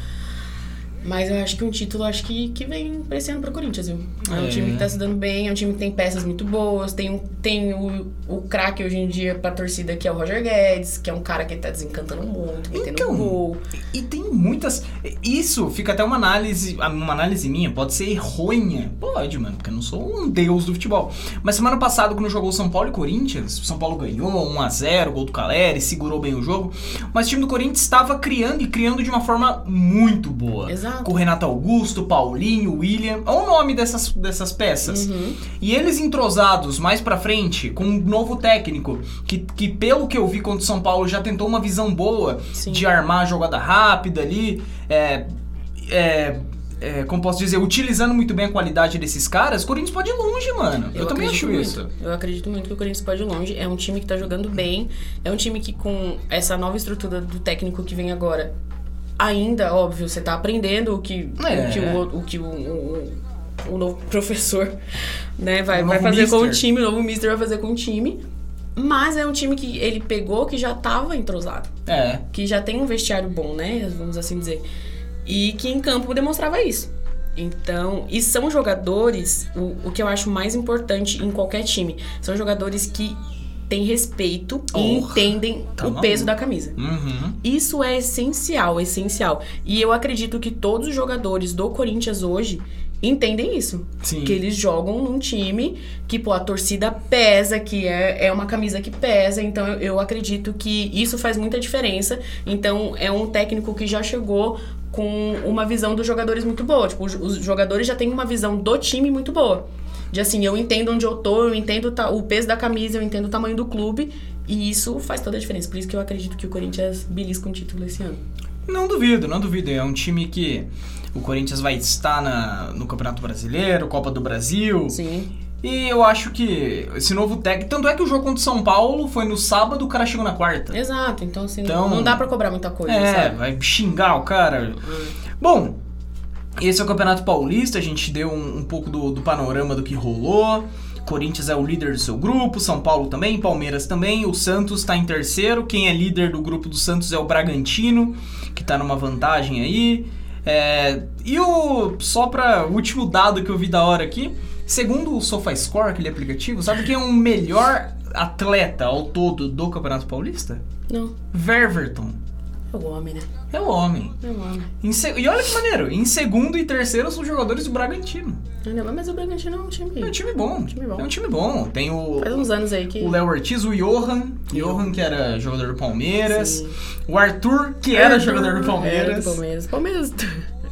[SPEAKER 2] Mas eu acho que um título acho que que vem pra esse ano pro Corinthians, viu? É um time que tá se dando bem, é um time que tem peças muito boas, tem, um, tem o, o craque hoje em dia pra torcida que é o Roger Guedes, que é um cara que tá desencantando muito, metendo
[SPEAKER 1] Então,
[SPEAKER 2] gol.
[SPEAKER 1] E tem muitas. Isso fica até uma análise, uma análise minha, pode ser errônea. Pode, mano, porque eu não sou um deus do futebol. Mas semana passada, quando jogou São Paulo e Corinthians, o São Paulo ganhou 1x0, gol do Caleri, segurou bem o jogo. Mas o time do Corinthians estava criando e criando de uma forma muito boa.
[SPEAKER 2] Exato.
[SPEAKER 1] Com o Renato Augusto, Paulinho, William. É o nome dessas, dessas peças.
[SPEAKER 2] Uhum.
[SPEAKER 1] E eles entrosados mais pra frente com um novo técnico que, que pelo que eu vi contra o São Paulo já tentou uma visão boa
[SPEAKER 2] Sim.
[SPEAKER 1] de armar a jogada rápida ali, é, é, é, como posso dizer, utilizando muito bem a qualidade desses caras, o Corinthians pode ir longe, mano. Eu, também acho
[SPEAKER 2] acredito muito.
[SPEAKER 1] isso.
[SPEAKER 2] Eu acredito muito que o Corinthians pode ir longe. É um time que tá jogando bem. É um time que, com essa nova estrutura do técnico que vem agora, ainda, óbvio, você tá aprendendo o que o,
[SPEAKER 1] É.
[SPEAKER 2] que o, outro- o, que o, o- o- o novo professor né, vai,
[SPEAKER 1] O
[SPEAKER 2] vai
[SPEAKER 1] novo
[SPEAKER 2] fazer com o
[SPEAKER 1] mister.
[SPEAKER 2] time, o novo mister vai fazer com o time. Mas é um time que ele pegou que já tava entrosado
[SPEAKER 1] É.
[SPEAKER 2] que já tem um vestiário bom, né? Vamos assim dizer. E que em campo demonstrava isso. Então, e são jogadores, o, o que eu acho mais importante em qualquer time, são jogadores que têm respeito
[SPEAKER 1] Oh,
[SPEAKER 2] e entendem
[SPEAKER 1] tá
[SPEAKER 2] o
[SPEAKER 1] maluco.
[SPEAKER 2] peso da camisa.
[SPEAKER 1] Uhum.
[SPEAKER 2] Isso é essencial, essencial. E eu acredito que todos os jogadores do Corinthians hoje entendem isso.
[SPEAKER 1] Sim.
[SPEAKER 2] Que eles jogam num time que, pô, a torcida pesa, que é, é uma camisa que pesa. Então, eu, eu acredito que isso faz muita diferença. Então, é um técnico que já chegou com uma visão dos jogadores muito boa. Tipo, os, os jogadores já têm uma visão do time muito boa. De assim, eu entendo onde eu tô, eu entendo o ta- o peso da camisa, eu entendo o tamanho do clube. E isso faz toda a diferença. Por isso que eu acredito que o Corinthians belisca um título esse ano.
[SPEAKER 1] Não duvido, não duvido. É um time que o Corinthians vai estar na, no Campeonato Brasileiro, Copa do Brasil.
[SPEAKER 2] Sim.
[SPEAKER 1] E eu acho que esse novo técnico. Tanto é que o jogo contra o São Paulo foi no sábado, o cara chegou na quarta.
[SPEAKER 2] Exato. Então, assim,
[SPEAKER 1] Então-
[SPEAKER 2] não dá pra cobrar muita coisa,
[SPEAKER 1] é,
[SPEAKER 2] sabe? Uhum.
[SPEAKER 1] vai xingar o cara. Bom, esse é o Campeonato Paulista, a gente deu um, um pouco do, do panorama do que rolou. Corinthians é o líder do seu grupo, São Paulo também, Palmeiras também, o Santos tá em terceiro. Quem é líder do grupo do Santos é o Bragantino, que tá numa vantagem aí. É, e o. Só pra o último dado que eu vi da hora aqui, segundo o SofaScore, aquele aplicativo, sabe quem é o melhor atleta ao todo do Campeonato Paulista?
[SPEAKER 2] Não.
[SPEAKER 1] Ververton.
[SPEAKER 2] É o homem, né?
[SPEAKER 1] É o homem.
[SPEAKER 2] É o homem.
[SPEAKER 1] Em se- E olha que maneiro, em segundo e terceiro são os jogadores do Bragantino.
[SPEAKER 2] Ainda mais- Mas o Bragantino é um
[SPEAKER 1] É um
[SPEAKER 2] time.
[SPEAKER 1] time bom.
[SPEAKER 2] Time bom.
[SPEAKER 1] É um time bom. Tem o.
[SPEAKER 2] Faz uns anos aí que.
[SPEAKER 1] O Léo Ortiz, o Johan, Johan que era jogador do Palmeiras,
[SPEAKER 2] Sim.
[SPEAKER 1] o Arthur que era jogador do
[SPEAKER 2] Era
[SPEAKER 1] Palmeiras.
[SPEAKER 2] É, do Palmeiras. Palmeiras.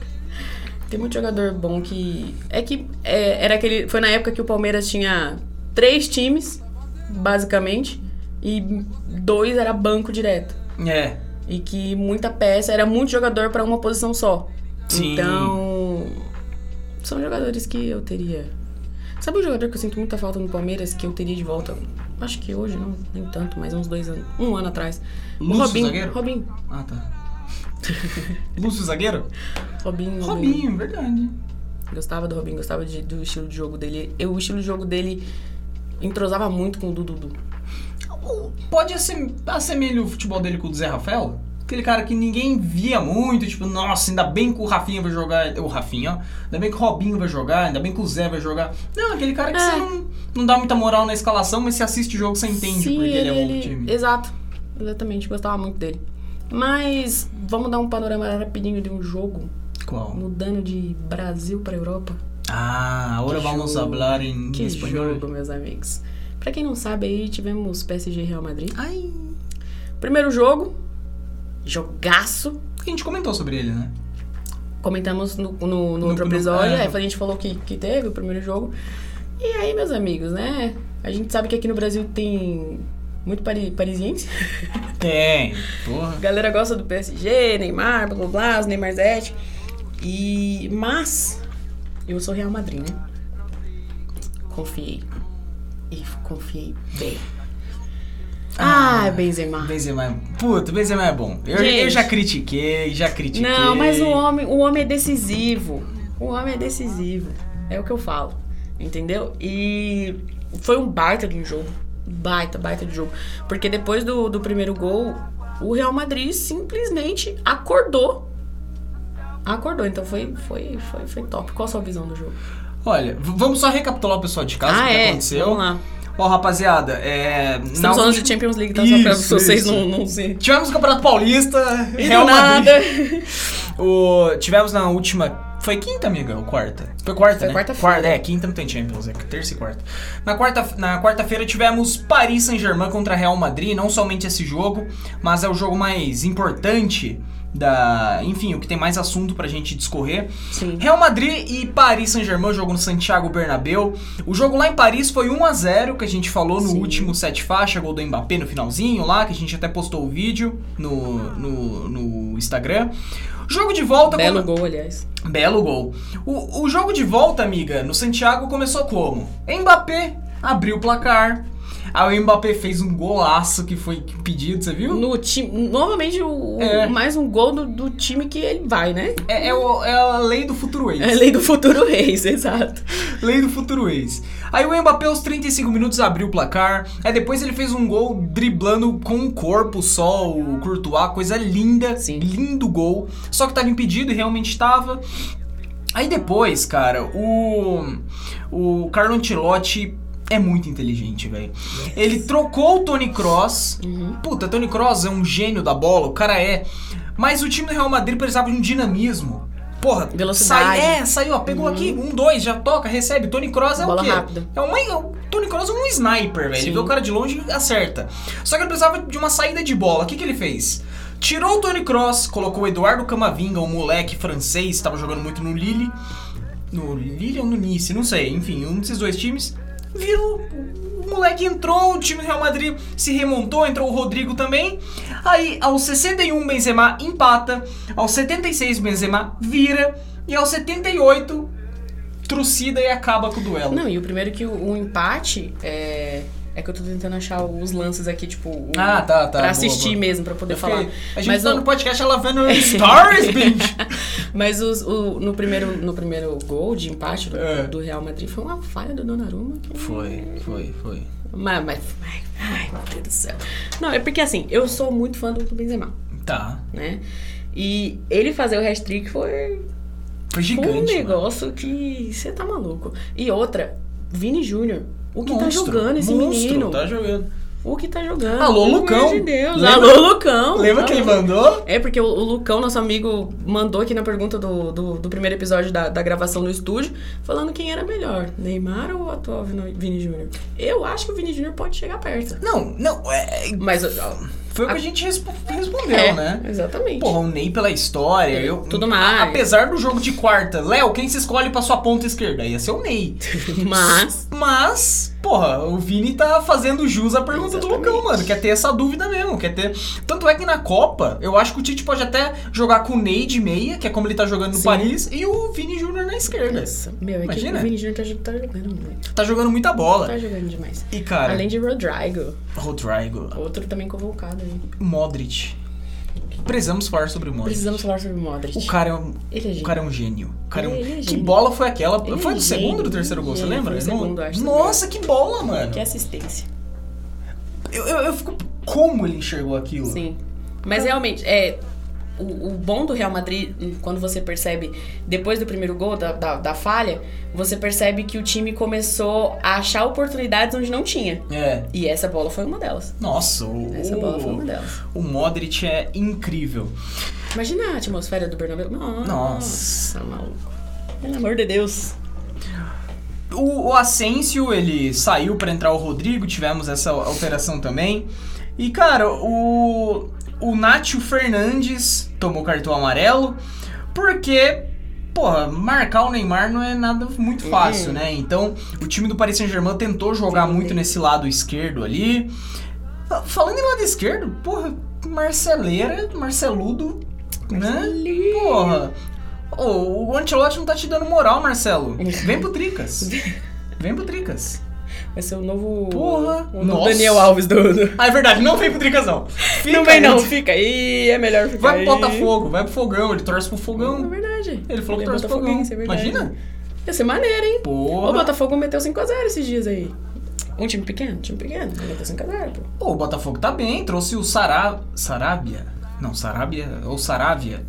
[SPEAKER 2] Tem muito jogador bom que. É que. é, era aquele. Foi na época que o Palmeiras tinha três times, basicamente, e dois era banco direto.
[SPEAKER 1] É,
[SPEAKER 2] E que muita peça era muito jogador pra uma posição só.
[SPEAKER 1] Sim.
[SPEAKER 2] Então. São jogadores que eu teria. Sabe um jogador que eu sinto muita falta no Palmeiras que eu teria de volta? Acho que hoje, não, nem tanto, mas uns dois anos. Um ano atrás. O
[SPEAKER 1] Lúcio,
[SPEAKER 2] Robinho,
[SPEAKER 1] zagueiro?
[SPEAKER 2] Robinho.
[SPEAKER 1] ah tá. Lúcio zagueiro?
[SPEAKER 2] Robinho.
[SPEAKER 1] Robinho, verdade.
[SPEAKER 2] Gostava do Robinho, gostava de- do estilo de jogo dele. Eu, o estilo de jogo dele entrosava muito com o do Dudu.
[SPEAKER 1] O- Pode assem... assemelhar o futebol dele com o do Zé Rafael? Aquele cara que ninguém via muito, tipo, nossa, ainda bem que o Rafinha vai jogar. O Rafinha, ó. Ainda bem que o Robinho vai jogar, ainda bem que o Zé vai jogar. Não, aquele cara que
[SPEAKER 2] É.
[SPEAKER 1] você não, não dá muita moral na escalação, mas você assiste o jogo, você entende, porque ele, é um bom time.
[SPEAKER 2] Exato, exatamente, gostava muito dele. Mas vamos dar um panorama rapidinho de um jogo,
[SPEAKER 1] Qual?
[SPEAKER 2] mudando de Brasil pra Europa.
[SPEAKER 1] Ah, agora
[SPEAKER 2] Que
[SPEAKER 1] vamos
[SPEAKER 2] jogo.
[SPEAKER 1] falar em
[SPEAKER 2] Que
[SPEAKER 1] espanhol.
[SPEAKER 2] jogo, meus amigos. Pra quem não sabe aí, tivemos PSG e Real Madrid.
[SPEAKER 1] Ai.
[SPEAKER 2] Primeiro jogo, jogaço.
[SPEAKER 1] A gente comentou sobre ele, né?
[SPEAKER 2] Comentamos no, no- no
[SPEAKER 1] No-
[SPEAKER 2] outro
[SPEAKER 1] no-
[SPEAKER 2] episódio,
[SPEAKER 1] é,
[SPEAKER 2] é,
[SPEAKER 1] no-
[SPEAKER 2] a gente falou que, que teve o primeiro jogo. E aí, meus amigos, né? A gente sabe que aqui no Brasil tem muito pari, parisiense.
[SPEAKER 1] Tem. Porra.
[SPEAKER 2] A galera gosta do PSG, Neymar, blá blá blá, os Neymar Zete. E. Mas. Eu sou Real Madrid, né? Confiei. E confiei bem. Ah, Benzema.
[SPEAKER 1] Benzema é. Puta, Benzema é bom. Eu,
[SPEAKER 2] Gente.
[SPEAKER 1] eu já critiquei, já critiquei.
[SPEAKER 2] Não, mas o homem, o homem é decisivo. O homem é decisivo. É o que eu falo. Entendeu? E foi um baita de um jogo. Baita, baita de jogo. Porque depois do, do primeiro gol, o Real Madrid simplesmente acordou. Acordou, então foi, foi, foi, foi top. Qual a sua visão do jogo?
[SPEAKER 1] Olha, v- vamos só recapitular o pessoal de casa, Tá, o
[SPEAKER 2] ah,
[SPEAKER 1] que
[SPEAKER 2] é.
[SPEAKER 1] aconteceu.
[SPEAKER 2] Vamos lá.
[SPEAKER 1] Ó, rapaziada, é. na
[SPEAKER 2] Estamos falando
[SPEAKER 1] última-
[SPEAKER 2] de Champions League, tá? Só pra
[SPEAKER 1] Isso,
[SPEAKER 2] vocês
[SPEAKER 1] isso.
[SPEAKER 2] não, não se...
[SPEAKER 1] Tivemos o Campeonato Paulista,
[SPEAKER 2] E
[SPEAKER 1] Real
[SPEAKER 2] do
[SPEAKER 1] Madrid.
[SPEAKER 2] nada.
[SPEAKER 1] O... Tivemos na última. Foi quinta, amiga? Ou quarta? Foi quarta,
[SPEAKER 2] Foi
[SPEAKER 1] né?
[SPEAKER 2] quarta-feira.
[SPEAKER 1] Quarta, é, quinta não tem Champions, é terça e quarta. Na quarta- na quarta-feira tivemos Paris Saint-Germain contra Real Madrid, não somente esse jogo, mas é o jogo mais importante da, enfim, o que tem mais assunto pra gente discorrer.
[SPEAKER 2] Sim.
[SPEAKER 1] Real Madrid e Paris Saint-Germain, jogo no Santiago Bernabéu. O jogo lá em Paris foi 1 a 0 que a gente falou no
[SPEAKER 2] Sim.
[SPEAKER 1] último sete faixa, gol do Mbappé no finalzinho lá, que a gente até postou o vídeo no, no, no Instagram. Jogo de volta
[SPEAKER 2] Belo
[SPEAKER 1] come-
[SPEAKER 2] gol, aliás.
[SPEAKER 1] Belo gol. O, o jogo de volta, amiga, no Santiago começou como? Mbappé abriu o placar. Aí o Mbappé fez um golaço que foi pedido, você viu?
[SPEAKER 2] No time... Novamente, o, o-
[SPEAKER 1] É.
[SPEAKER 2] mais um gol do, do time que ele vai, né?
[SPEAKER 1] É, é o- é a lei do futuro ex.
[SPEAKER 2] É lei do futuro reis, exato.
[SPEAKER 1] Lei do futuro ex. Aí o Mbappé aos 35 minutos abriu o placar. Aí depois ele fez um gol driblando com o corpo só o Courtois, coisa linda,
[SPEAKER 2] Sim.
[SPEAKER 1] lindo gol. Só que tava impedido e realmente tava. Aí depois, cara, o o Carlo Ancelotti é muito inteligente, velho. Ele trocou o Tony Cross.
[SPEAKER 2] Uhum.
[SPEAKER 1] Puta, Tony Cross é um gênio da bola, o cara é. Mas o time do Real Madrid precisava de um dinamismo. Porra,
[SPEAKER 2] Velocidade.
[SPEAKER 1] Sai, é, saiu, ó, pegou aqui, um, dois, já toca, recebe. Tony Cross é
[SPEAKER 2] Uhum. Bola
[SPEAKER 1] o quê?
[SPEAKER 2] rápida.
[SPEAKER 1] É uma, é um- Tony Cross é um sniper, velho. Ele
[SPEAKER 2] Sim.
[SPEAKER 1] vê o cara de longe e acerta. Só que ele precisava de uma saída de bola. O que, que ele fez? Tirou o Tony Cross, colocou o Eduardo Camavinga, um moleque francês, estava jogando muito no Lille. No Lille ou no Nice, não sei. Enfim, um desses dois times. Virou. O moleque entrou, o time do Real Madrid se remontou, entrou o Rodrigo também. Aí, aos 61, Benzema empata. Aos 76, Benzema vira. E aos 78, trucida e acaba com o duelo.
[SPEAKER 2] Não, e o primeiro que o, o empate é. É que eu tô tentando achar os lances aqui, tipo. o-
[SPEAKER 1] Ah, tá, tá, boa,
[SPEAKER 2] Pra assistir
[SPEAKER 1] boa.
[SPEAKER 2] mesmo, pra poder
[SPEAKER 1] Eu
[SPEAKER 2] falar.
[SPEAKER 1] fiquei- A gente
[SPEAKER 2] Mas É.
[SPEAKER 1] tá
[SPEAKER 2] não-
[SPEAKER 1] no podcast ela vendo stories, bitch.
[SPEAKER 2] Mas os- o- no, primeiro, no primeiro gol de empate do,
[SPEAKER 1] É.
[SPEAKER 2] do Real Madrid foi uma falha do Donnarumma. que-
[SPEAKER 1] Foi, foi, foi.
[SPEAKER 2] Mas, mas, ai, ai, meu Deus do céu. Não, é porque assim, eu sou muito fã do, do Benzema,
[SPEAKER 1] Tá.
[SPEAKER 2] né? E ele fazer o hat-trick foi,
[SPEAKER 1] Foi
[SPEAKER 2] foi
[SPEAKER 1] gigante.
[SPEAKER 2] um
[SPEAKER 1] mano.
[SPEAKER 2] negócio que você tá maluco. E outra, Vini Júnior. O que tá
[SPEAKER 1] Monstro,
[SPEAKER 2] jogando esse
[SPEAKER 1] monstro,
[SPEAKER 2] menino?
[SPEAKER 1] Tá jogando.
[SPEAKER 2] O que tá jogando?
[SPEAKER 1] Alô,
[SPEAKER 2] Pelo
[SPEAKER 1] Lucão.
[SPEAKER 2] amor de Deus.
[SPEAKER 1] Lembra-
[SPEAKER 2] Alô, Lucão.
[SPEAKER 1] Lembra que ele mandou?
[SPEAKER 2] É, porque o, o Lucão, nosso amigo, mandou aqui na pergunta do, do, do primeiro episódio da, da gravação no estúdio, falando quem era melhor, Neymar ou o atual Vini, Vini Júnior. Eu acho que o Vini Júnior pode chegar perto.
[SPEAKER 1] Não, não. é-
[SPEAKER 2] Mas... ó,
[SPEAKER 1] foi o que a gente respo- respondeu,
[SPEAKER 2] é,
[SPEAKER 1] né?
[SPEAKER 2] Exatamente.
[SPEAKER 1] Porra, o Ney pela história. Eu,
[SPEAKER 2] Tudo mais.
[SPEAKER 1] Apesar do jogo de quarta, Léo, quem se escolhe pra sua ponta esquerda? Ia ser o Ney.
[SPEAKER 2] Mas...
[SPEAKER 1] Mas, porra, o Vini tá fazendo jus à pergunta
[SPEAKER 2] Exatamente.
[SPEAKER 1] do Lucão, mano. Quer ter essa dúvida mesmo, quer ter... Tanto é que na Copa, eu acho que o Tite pode até jogar com o Ney de meia, que é como ele tá jogando no
[SPEAKER 2] Sim.
[SPEAKER 1] Paris, e o Vini Júnior na esquerda.
[SPEAKER 2] Nossa, meu, é
[SPEAKER 1] Imagina.
[SPEAKER 2] que o Vini Júnior tá, tá jogando muito.
[SPEAKER 1] Tá jogando muita bola.
[SPEAKER 2] Tá jogando demais.
[SPEAKER 1] E, cara,
[SPEAKER 2] Além de Rodrigo,
[SPEAKER 1] Rodrigo,
[SPEAKER 2] outro também convocado aí.
[SPEAKER 1] Modric. Precisamos falar sobre o Modric.
[SPEAKER 2] Precisamos falar sobre o Modric.
[SPEAKER 1] O cara é um,
[SPEAKER 2] Ele é
[SPEAKER 1] o
[SPEAKER 2] gente.
[SPEAKER 1] cara é um gênio. O cara é um-
[SPEAKER 2] Ele é
[SPEAKER 1] que
[SPEAKER 2] gênio.
[SPEAKER 1] bola foi aquela?
[SPEAKER 2] Ele é
[SPEAKER 1] foi do
[SPEAKER 2] gênio,
[SPEAKER 1] segundo ou do terceiro gol, você
[SPEAKER 2] gênio.
[SPEAKER 1] lembra?
[SPEAKER 2] Foi do
[SPEAKER 1] Não-
[SPEAKER 2] segundo, acho,
[SPEAKER 1] Nossa, que bola, mano.
[SPEAKER 2] Que é. assistência.
[SPEAKER 1] Eu, eu, eu fico... Como ele enxergou aquilo?
[SPEAKER 2] Sim. Mas realmente, é. O, o bom do Real Madrid, quando você percebe, depois do primeiro gol, da, da, da falha, você percebe que o time começou a achar oportunidades onde não tinha.
[SPEAKER 1] É.
[SPEAKER 2] E essa bola foi uma delas.
[SPEAKER 1] Nossa, o,
[SPEAKER 2] Essa bola
[SPEAKER 1] Uh.
[SPEAKER 2] foi uma delas.
[SPEAKER 1] o Modric é incrível.
[SPEAKER 2] Imagina a atmosfera do Bernabéu. Nossa,
[SPEAKER 1] Nossa.
[SPEAKER 2] maluco. Pelo amor de Deus.
[SPEAKER 1] O, o Asensio, ele saiu pra entrar o Rodrigo, tivemos essa alteração também. E, cara, o, o Nátio Fernandes tomou cartão amarelo porque, porra, marcar o Neymar não é nada muito fácil,
[SPEAKER 2] Uhum.
[SPEAKER 1] né? Então, o time do Paris Saint-Germain tentou jogar
[SPEAKER 2] Sim.
[SPEAKER 1] muito nesse lado esquerdo ali. Falando em lado esquerdo, porra, Marceleira, Marceludo, né? Porra. Ô, o Ancelotti não tá te dando moral, Marcelo. Vem pro Tricas. Vem pro Tricas.
[SPEAKER 2] Vai ser o novo.
[SPEAKER 1] Porra.
[SPEAKER 2] O novo
[SPEAKER 1] Nossa.
[SPEAKER 2] Daniel Alves do. do-
[SPEAKER 1] Ah, é verdade, não vem pro Tricas, não. Fica
[SPEAKER 2] Não vem, não,
[SPEAKER 1] aí.
[SPEAKER 2] fica aí. É melhor ficar.
[SPEAKER 1] Vai
[SPEAKER 2] aí.
[SPEAKER 1] pro Botafogo, vai pro Fogão, ele torce pro
[SPEAKER 2] É
[SPEAKER 1] Fogão.
[SPEAKER 2] verdade.
[SPEAKER 1] Ele falou que
[SPEAKER 2] é
[SPEAKER 1] torce pro Fogão.
[SPEAKER 2] botafoguense, é verdade.
[SPEAKER 1] Imagina?
[SPEAKER 2] Ia ser maneiro, hein? O
[SPEAKER 1] Porra.
[SPEAKER 2] Botafogo meteu 5x0 esses dias aí. Um time pequeno, time pequeno, meteu 5x0, pô.
[SPEAKER 1] Pô, o Botafogo tá bem, trouxe o Sará... Sarabia? Não, Sarabia ou Saravia.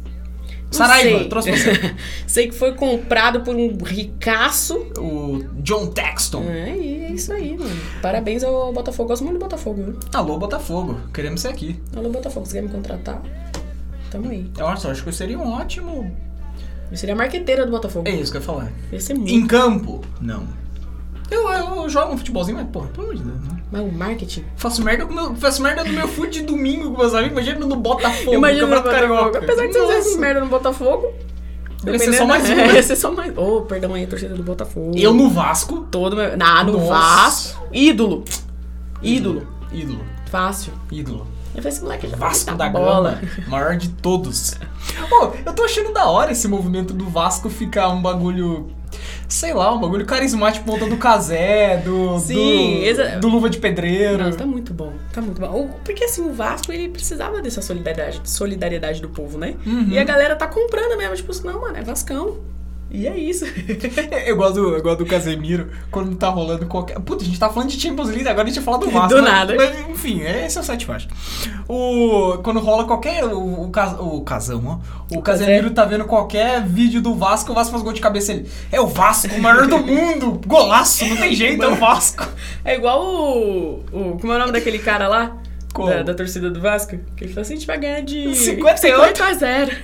[SPEAKER 1] Saraiva,
[SPEAKER 2] sei.
[SPEAKER 1] trouxe você.
[SPEAKER 2] Sei que foi comprado por um ricaço.
[SPEAKER 1] o John Texton.
[SPEAKER 2] É, e é isso aí, mano. Parabéns ao Botafogo. Gosto muito do Botafogo, viu?
[SPEAKER 1] Alô, Botafogo. Queremos ser aqui.
[SPEAKER 2] Alô, Botafogo, você quer me contratar? Tamo aí.
[SPEAKER 1] Nossa, acho que eu seria um ótimo.
[SPEAKER 2] Eu seria a marqueteira do Botafogo.
[SPEAKER 1] É isso que eu ia falar.
[SPEAKER 2] Ia ser muito.
[SPEAKER 1] Em campo? Não. Eu, eu, eu jogo um futebolzinho, mas, porra, pelo amor de Deus, né?
[SPEAKER 2] Mas o marketing.
[SPEAKER 1] Faço merda, com meu, faço merda no meu fute de domingo com meus amigos, imagina no Botafogo,
[SPEAKER 2] Imagina
[SPEAKER 1] no
[SPEAKER 2] no
[SPEAKER 1] Campeonato
[SPEAKER 2] Botafogo.
[SPEAKER 1] Carioca.
[SPEAKER 2] Apesar de você fazer
[SPEAKER 1] Nossa.
[SPEAKER 2] merda no Botafogo.
[SPEAKER 1] Ia ser só
[SPEAKER 2] dependendo-
[SPEAKER 1] mais um,
[SPEAKER 2] É,
[SPEAKER 1] né?
[SPEAKER 2] ia ser só mais. Ô, perdão aí, torcida do Botafogo.
[SPEAKER 1] Eu no Vasco.
[SPEAKER 2] Todo meu. Ah, no
[SPEAKER 1] Nossa.
[SPEAKER 2] Vasco. Ídolo. Ídolo.
[SPEAKER 1] Ídolo.
[SPEAKER 2] Fácil.
[SPEAKER 1] Ídolo.
[SPEAKER 2] Eu falei, esse moleque já
[SPEAKER 1] Vasco
[SPEAKER 2] vai
[SPEAKER 1] da
[SPEAKER 2] dar bola.
[SPEAKER 1] Gama. Maior de todos. Pô, eu tô achando da hora esse movimento do Vasco ficar um bagulho. Sei lá, um bagulho carismático por conta do Casé, do.
[SPEAKER 2] Sim,
[SPEAKER 1] do,
[SPEAKER 2] exa-
[SPEAKER 1] do Luva de Pedreiro.
[SPEAKER 2] Não, tá muito bom, tá muito bom. O- Porque assim, o Vasco, ele precisava dessa solidariedade, solidariedade do povo, né?
[SPEAKER 1] Uhum.
[SPEAKER 2] E a galera tá comprando mesmo, tipo assim, não, mano, é Vascão. E é isso.
[SPEAKER 1] Eu gosto, do- eu gosto do Casemiro quando tá rolando qualquer. Puta, a gente tá falando de Champions League, agora a gente fala do Vasco.
[SPEAKER 2] Do
[SPEAKER 1] mas-
[SPEAKER 2] nada.
[SPEAKER 1] mas, enfim, é- esse é o sete faixas. O, quando rola qualquer. O, o, cas- o casão, ó. O Casemiro tá vendo qualquer vídeo do Vasco, o Vasco faz gol de cabeça ele. É o Vasco, o maior do mundo! Golaço, não tem jeito, é o Vasco!
[SPEAKER 2] É igual o. o- como é o nome daquele cara lá?
[SPEAKER 1] Qual?
[SPEAKER 2] Da, da torcida do Vasco? Que ele falou assim: a gente vai ganhar de
[SPEAKER 1] 58.
[SPEAKER 2] 58 a 0.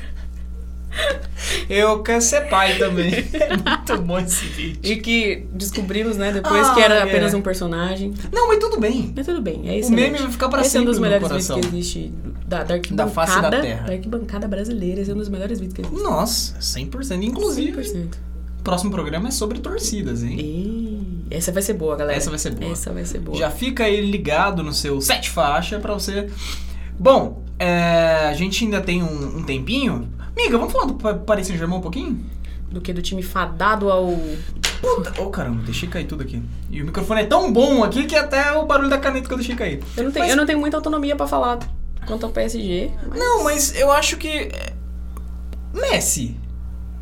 [SPEAKER 1] Eu quero ser pai também. É muito bom esse vídeo.
[SPEAKER 2] E que descobrimos, né, depois
[SPEAKER 1] Ah,
[SPEAKER 2] que era
[SPEAKER 1] é.
[SPEAKER 2] apenas um personagem.
[SPEAKER 1] Não, mas tudo bem.
[SPEAKER 2] Mas tudo bem, é
[SPEAKER 1] O
[SPEAKER 2] isso.
[SPEAKER 1] meme vai ficar pra
[SPEAKER 2] Esse é um
[SPEAKER 1] sempre
[SPEAKER 2] dos
[SPEAKER 1] no meu
[SPEAKER 2] melhores vídeos
[SPEAKER 1] coração.
[SPEAKER 2] que existe da, da
[SPEAKER 1] Da
[SPEAKER 2] arquibancada.
[SPEAKER 1] face da terra.
[SPEAKER 2] da arquibancada brasileira, esse é um dos melhores vídeos que existe.
[SPEAKER 1] Nossa, 100%. Inclusive,
[SPEAKER 2] 100%.
[SPEAKER 1] o próximo programa é sobre torcidas, hein?
[SPEAKER 2] Ih, essa vai ser boa, galera.
[SPEAKER 1] Essa vai ser boa.
[SPEAKER 2] Essa vai ser boa.
[SPEAKER 1] Já fica aí ligado no seu sete faixa pra você. Bom, é, a gente ainda tem um, um tempinho. Miga, vamos falar do Pa- Paris Saint-Germain um pouquinho?
[SPEAKER 2] Do que do time fadado ao.
[SPEAKER 1] Puta! Ô caramba, deixei cair tudo aqui. E o microfone é tão bom aqui que até o barulho da caneta que eu deixei cair.
[SPEAKER 2] Eu não tenho,
[SPEAKER 1] Mas-
[SPEAKER 2] eu não tenho muita autonomia pra falar quanto ao PSG. mas-
[SPEAKER 1] Não, mas eu acho que. é, Messi!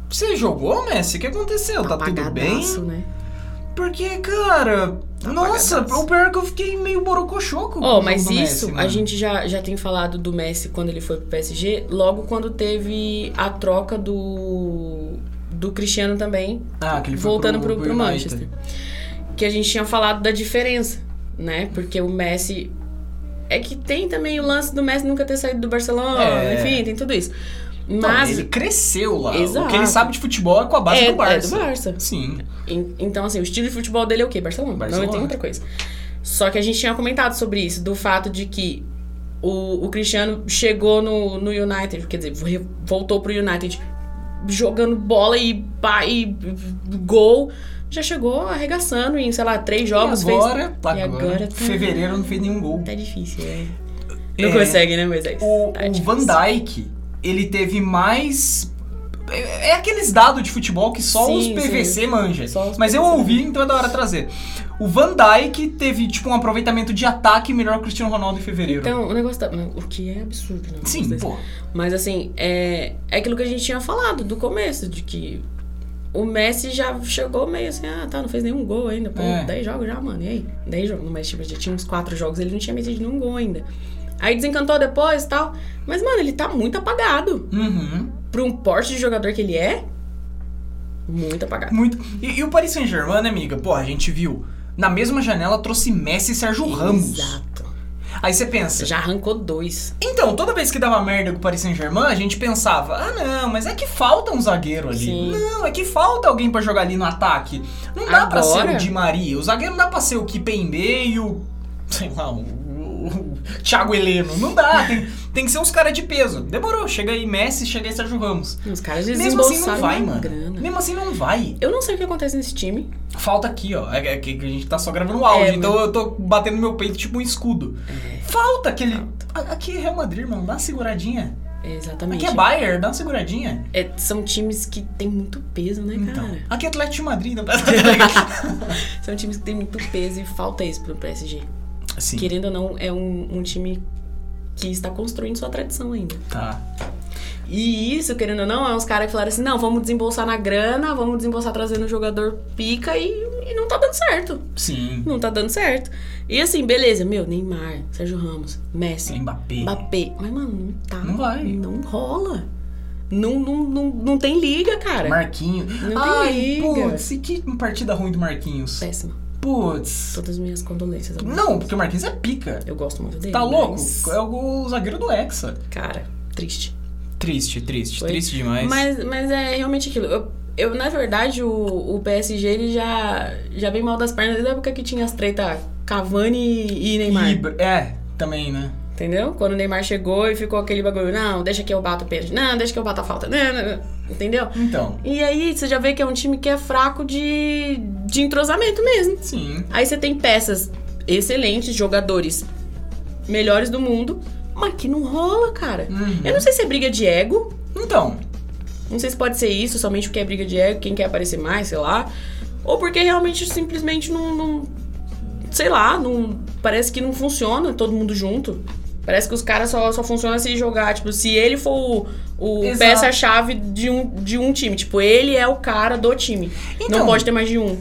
[SPEAKER 1] Você jogou, Messi? O que aconteceu? Tá tudo bem?
[SPEAKER 2] Apagadaço, Né?
[SPEAKER 1] Porque, cara. Nossa,
[SPEAKER 2] apagadaço.
[SPEAKER 1] o pior é que eu fiquei meio borocochoco. com o
[SPEAKER 2] Ó,
[SPEAKER 1] jogo
[SPEAKER 2] mas
[SPEAKER 1] do
[SPEAKER 2] isso
[SPEAKER 1] Messi, né?
[SPEAKER 2] a
[SPEAKER 1] mano.
[SPEAKER 2] gente já, já tem falado do Messi quando ele foi pro PSG, logo quando teve a troca do do Cristiano também,
[SPEAKER 1] Ah, que ele foi
[SPEAKER 2] voltando pro, pro
[SPEAKER 1] United.
[SPEAKER 2] Manchester. Que a gente tinha falado da diferença, né? Porque o Messi é que tem também o lance do Messi nunca ter saído do Barcelona,
[SPEAKER 1] É.
[SPEAKER 2] enfim, tem tudo isso.
[SPEAKER 1] Não,
[SPEAKER 2] Mas
[SPEAKER 1] ele cresceu lá. O
[SPEAKER 2] Exato.
[SPEAKER 1] que ele sabe de futebol é com a base
[SPEAKER 2] é,
[SPEAKER 1] do Barça.
[SPEAKER 2] é do Barça.
[SPEAKER 1] Sim.
[SPEAKER 2] En- Então, assim, o estilo de futebol dele é o quê? Barcelona.
[SPEAKER 1] Barcelona.
[SPEAKER 2] Não tem outra coisa. Só que a gente tinha comentado sobre isso, do fato de que o, o Cristiano chegou no, no United, quer dizer, re- voltou pro United jogando bola e, pá, e gol. Já chegou arregaçando em, sei lá, três jogos.
[SPEAKER 1] e agora,
[SPEAKER 2] fez...
[SPEAKER 1] agora,
[SPEAKER 2] E agora tá-
[SPEAKER 1] fevereiro não fez nenhum gol.
[SPEAKER 2] Tá difícil, é.
[SPEAKER 1] É,
[SPEAKER 2] Não consegue, né, Moisés?
[SPEAKER 1] O,
[SPEAKER 2] Tá
[SPEAKER 1] o
[SPEAKER 2] difícil.
[SPEAKER 1] Van Dijk, ele teve mais... É é aqueles dados de futebol que só
[SPEAKER 2] Sim,
[SPEAKER 1] os
[SPEAKER 2] sim.
[SPEAKER 1] PVC manja.
[SPEAKER 2] Só os
[SPEAKER 1] Mas eu
[SPEAKER 2] PVC.
[SPEAKER 1] ouvi, então é da hora trazer. O Van Dijk teve, tipo, um aproveitamento de ataque melhor que o Cristiano Ronaldo em fevereiro.
[SPEAKER 2] Então, o negócio tá. O que é absurdo, né?
[SPEAKER 1] Sim, pô.
[SPEAKER 2] Mas assim, é, é aquilo que a gente tinha falado do começo, de que o Messi já chegou meio assim, ah, tá, não fez nenhum gol ainda. Pô,
[SPEAKER 1] É.
[SPEAKER 2] 10 jogos já, mano. E aí? 10 jogos. No Messi tipo, já tinha uns 4 jogos, ele não tinha metido nenhum gol ainda. Aí desencantou depois e tal. Mas, mano, ele tá muito apagado.
[SPEAKER 1] Uhum.
[SPEAKER 2] Pra um porte de jogador que ele é, muito apagado.
[SPEAKER 1] Muito. E, e o Paris Saint-Germain, né, amiga? Pô, a gente viu. Na mesma janela trouxe Messi e Sérgio Ramos.
[SPEAKER 2] Exato.
[SPEAKER 1] Aí você pensa,
[SPEAKER 2] Já arrancou dois.
[SPEAKER 1] Então, toda vez que dava merda com o Paris Saint-Germain, a gente pensava: ah, não, mas é que falta um zagueiro ali.
[SPEAKER 2] Sim.
[SPEAKER 1] Não, é que falta alguém pra jogar ali no ataque. Não dá pra ser
[SPEAKER 2] Agora?
[SPEAKER 1] o Di Maria. O zagueiro não dá pra ser o Kipembe e o. sei lá, o, o, o Thiago Heleno. Não dá. Tem, tem que ser uns caras de peso. Demorou. Chega aí Messi, chega aí Sérgio Ramos.
[SPEAKER 2] Os caras
[SPEAKER 1] Mesmo assim não
[SPEAKER 2] desembolsaram
[SPEAKER 1] vai,
[SPEAKER 2] uma
[SPEAKER 1] mano.
[SPEAKER 2] grana.
[SPEAKER 1] Mesmo assim não vai.
[SPEAKER 2] Eu não sei o que acontece nesse time.
[SPEAKER 1] Falta aqui, ó. É que que a gente tá só gravando o áudio,
[SPEAKER 2] É,
[SPEAKER 1] então eu tô batendo meu peito tipo um escudo. Falta aquele. Aqui é Real Madrid, mano. Dá uma seguradinha.
[SPEAKER 2] Exatamente.
[SPEAKER 1] Aqui é Bayern, dá uma seguradinha.
[SPEAKER 2] É, são times que tem muito peso, né,
[SPEAKER 1] Então,
[SPEAKER 2] cara?
[SPEAKER 1] aqui é Atlético de Madrid. Não...
[SPEAKER 2] São times que tem muito peso e falta isso pro PSG.
[SPEAKER 1] Sim,
[SPEAKER 2] Querendo ou não, é um, um time que está construindo sua tradição ainda.
[SPEAKER 1] tá.
[SPEAKER 2] E isso, querendo ou não, é uns caras que falaram assim: não, vamos desembolsar na grana, vamos desembolsar trazendo um jogador pica e, e não tá dando certo.
[SPEAKER 1] Sim.
[SPEAKER 2] Não tá dando certo. E assim, beleza, meu, Neymar, Sérgio Ramos, Messi,
[SPEAKER 1] Mbappé.
[SPEAKER 2] Mbappé. Mas, mano, não tá.
[SPEAKER 1] Não vai.
[SPEAKER 2] Não rola. Não, não, não, não tem liga, cara.
[SPEAKER 1] Marquinhos.
[SPEAKER 2] Não
[SPEAKER 1] Ai,
[SPEAKER 2] tem liga. É.
[SPEAKER 1] putz, e que partida ruim do Marquinhos.
[SPEAKER 2] Péssima.
[SPEAKER 1] Putz.
[SPEAKER 2] Todas as minhas condolências. ao
[SPEAKER 1] Não, porque o Marquinhos é pica.
[SPEAKER 2] Eu gosto muito dele.
[SPEAKER 1] Hum? Tá louco?
[SPEAKER 2] mas,
[SPEAKER 1] É o zagueiro do Hexa.
[SPEAKER 2] Cara, triste.
[SPEAKER 1] Triste, triste,
[SPEAKER 2] Foi.
[SPEAKER 1] triste demais.
[SPEAKER 2] Mas, mas é realmente aquilo. Eu, eu, na verdade, o, o PSG ele já, já vem mal das pernas desde a época que tinha as treta Cavani e Neymar.
[SPEAKER 1] Ibra- é, também, né?
[SPEAKER 2] Entendeu? Quando o Neymar chegou e ficou aquele bagulho, não, deixa que eu bato o pênalti, não, deixa que eu bato a falta, não, não, não. entendeu?
[SPEAKER 1] Então,
[SPEAKER 2] E aí você já vê que é um time que é fraco de, de entrosamento mesmo.
[SPEAKER 1] sim.
[SPEAKER 2] Aí você tem peças excelentes, jogadores melhores do mundo, mas que não rola, cara.
[SPEAKER 1] Uhum.
[SPEAKER 2] Eu não sei se é briga de ego,
[SPEAKER 1] Então,
[SPEAKER 2] não sei se pode ser isso, somente porque é briga de ego, quem quer aparecer mais, sei lá. Ou porque realmente simplesmente não. não- sei lá, não. Parece que não funciona todo mundo junto. Parece que os caras só, só funcionam se jogar. Tipo, se ele for o, o
[SPEAKER 1] Exato.
[SPEAKER 2] peça-chave de um, de um time. Tipo, ele é o cara do time.
[SPEAKER 1] Então.
[SPEAKER 2] não pode ter mais de um.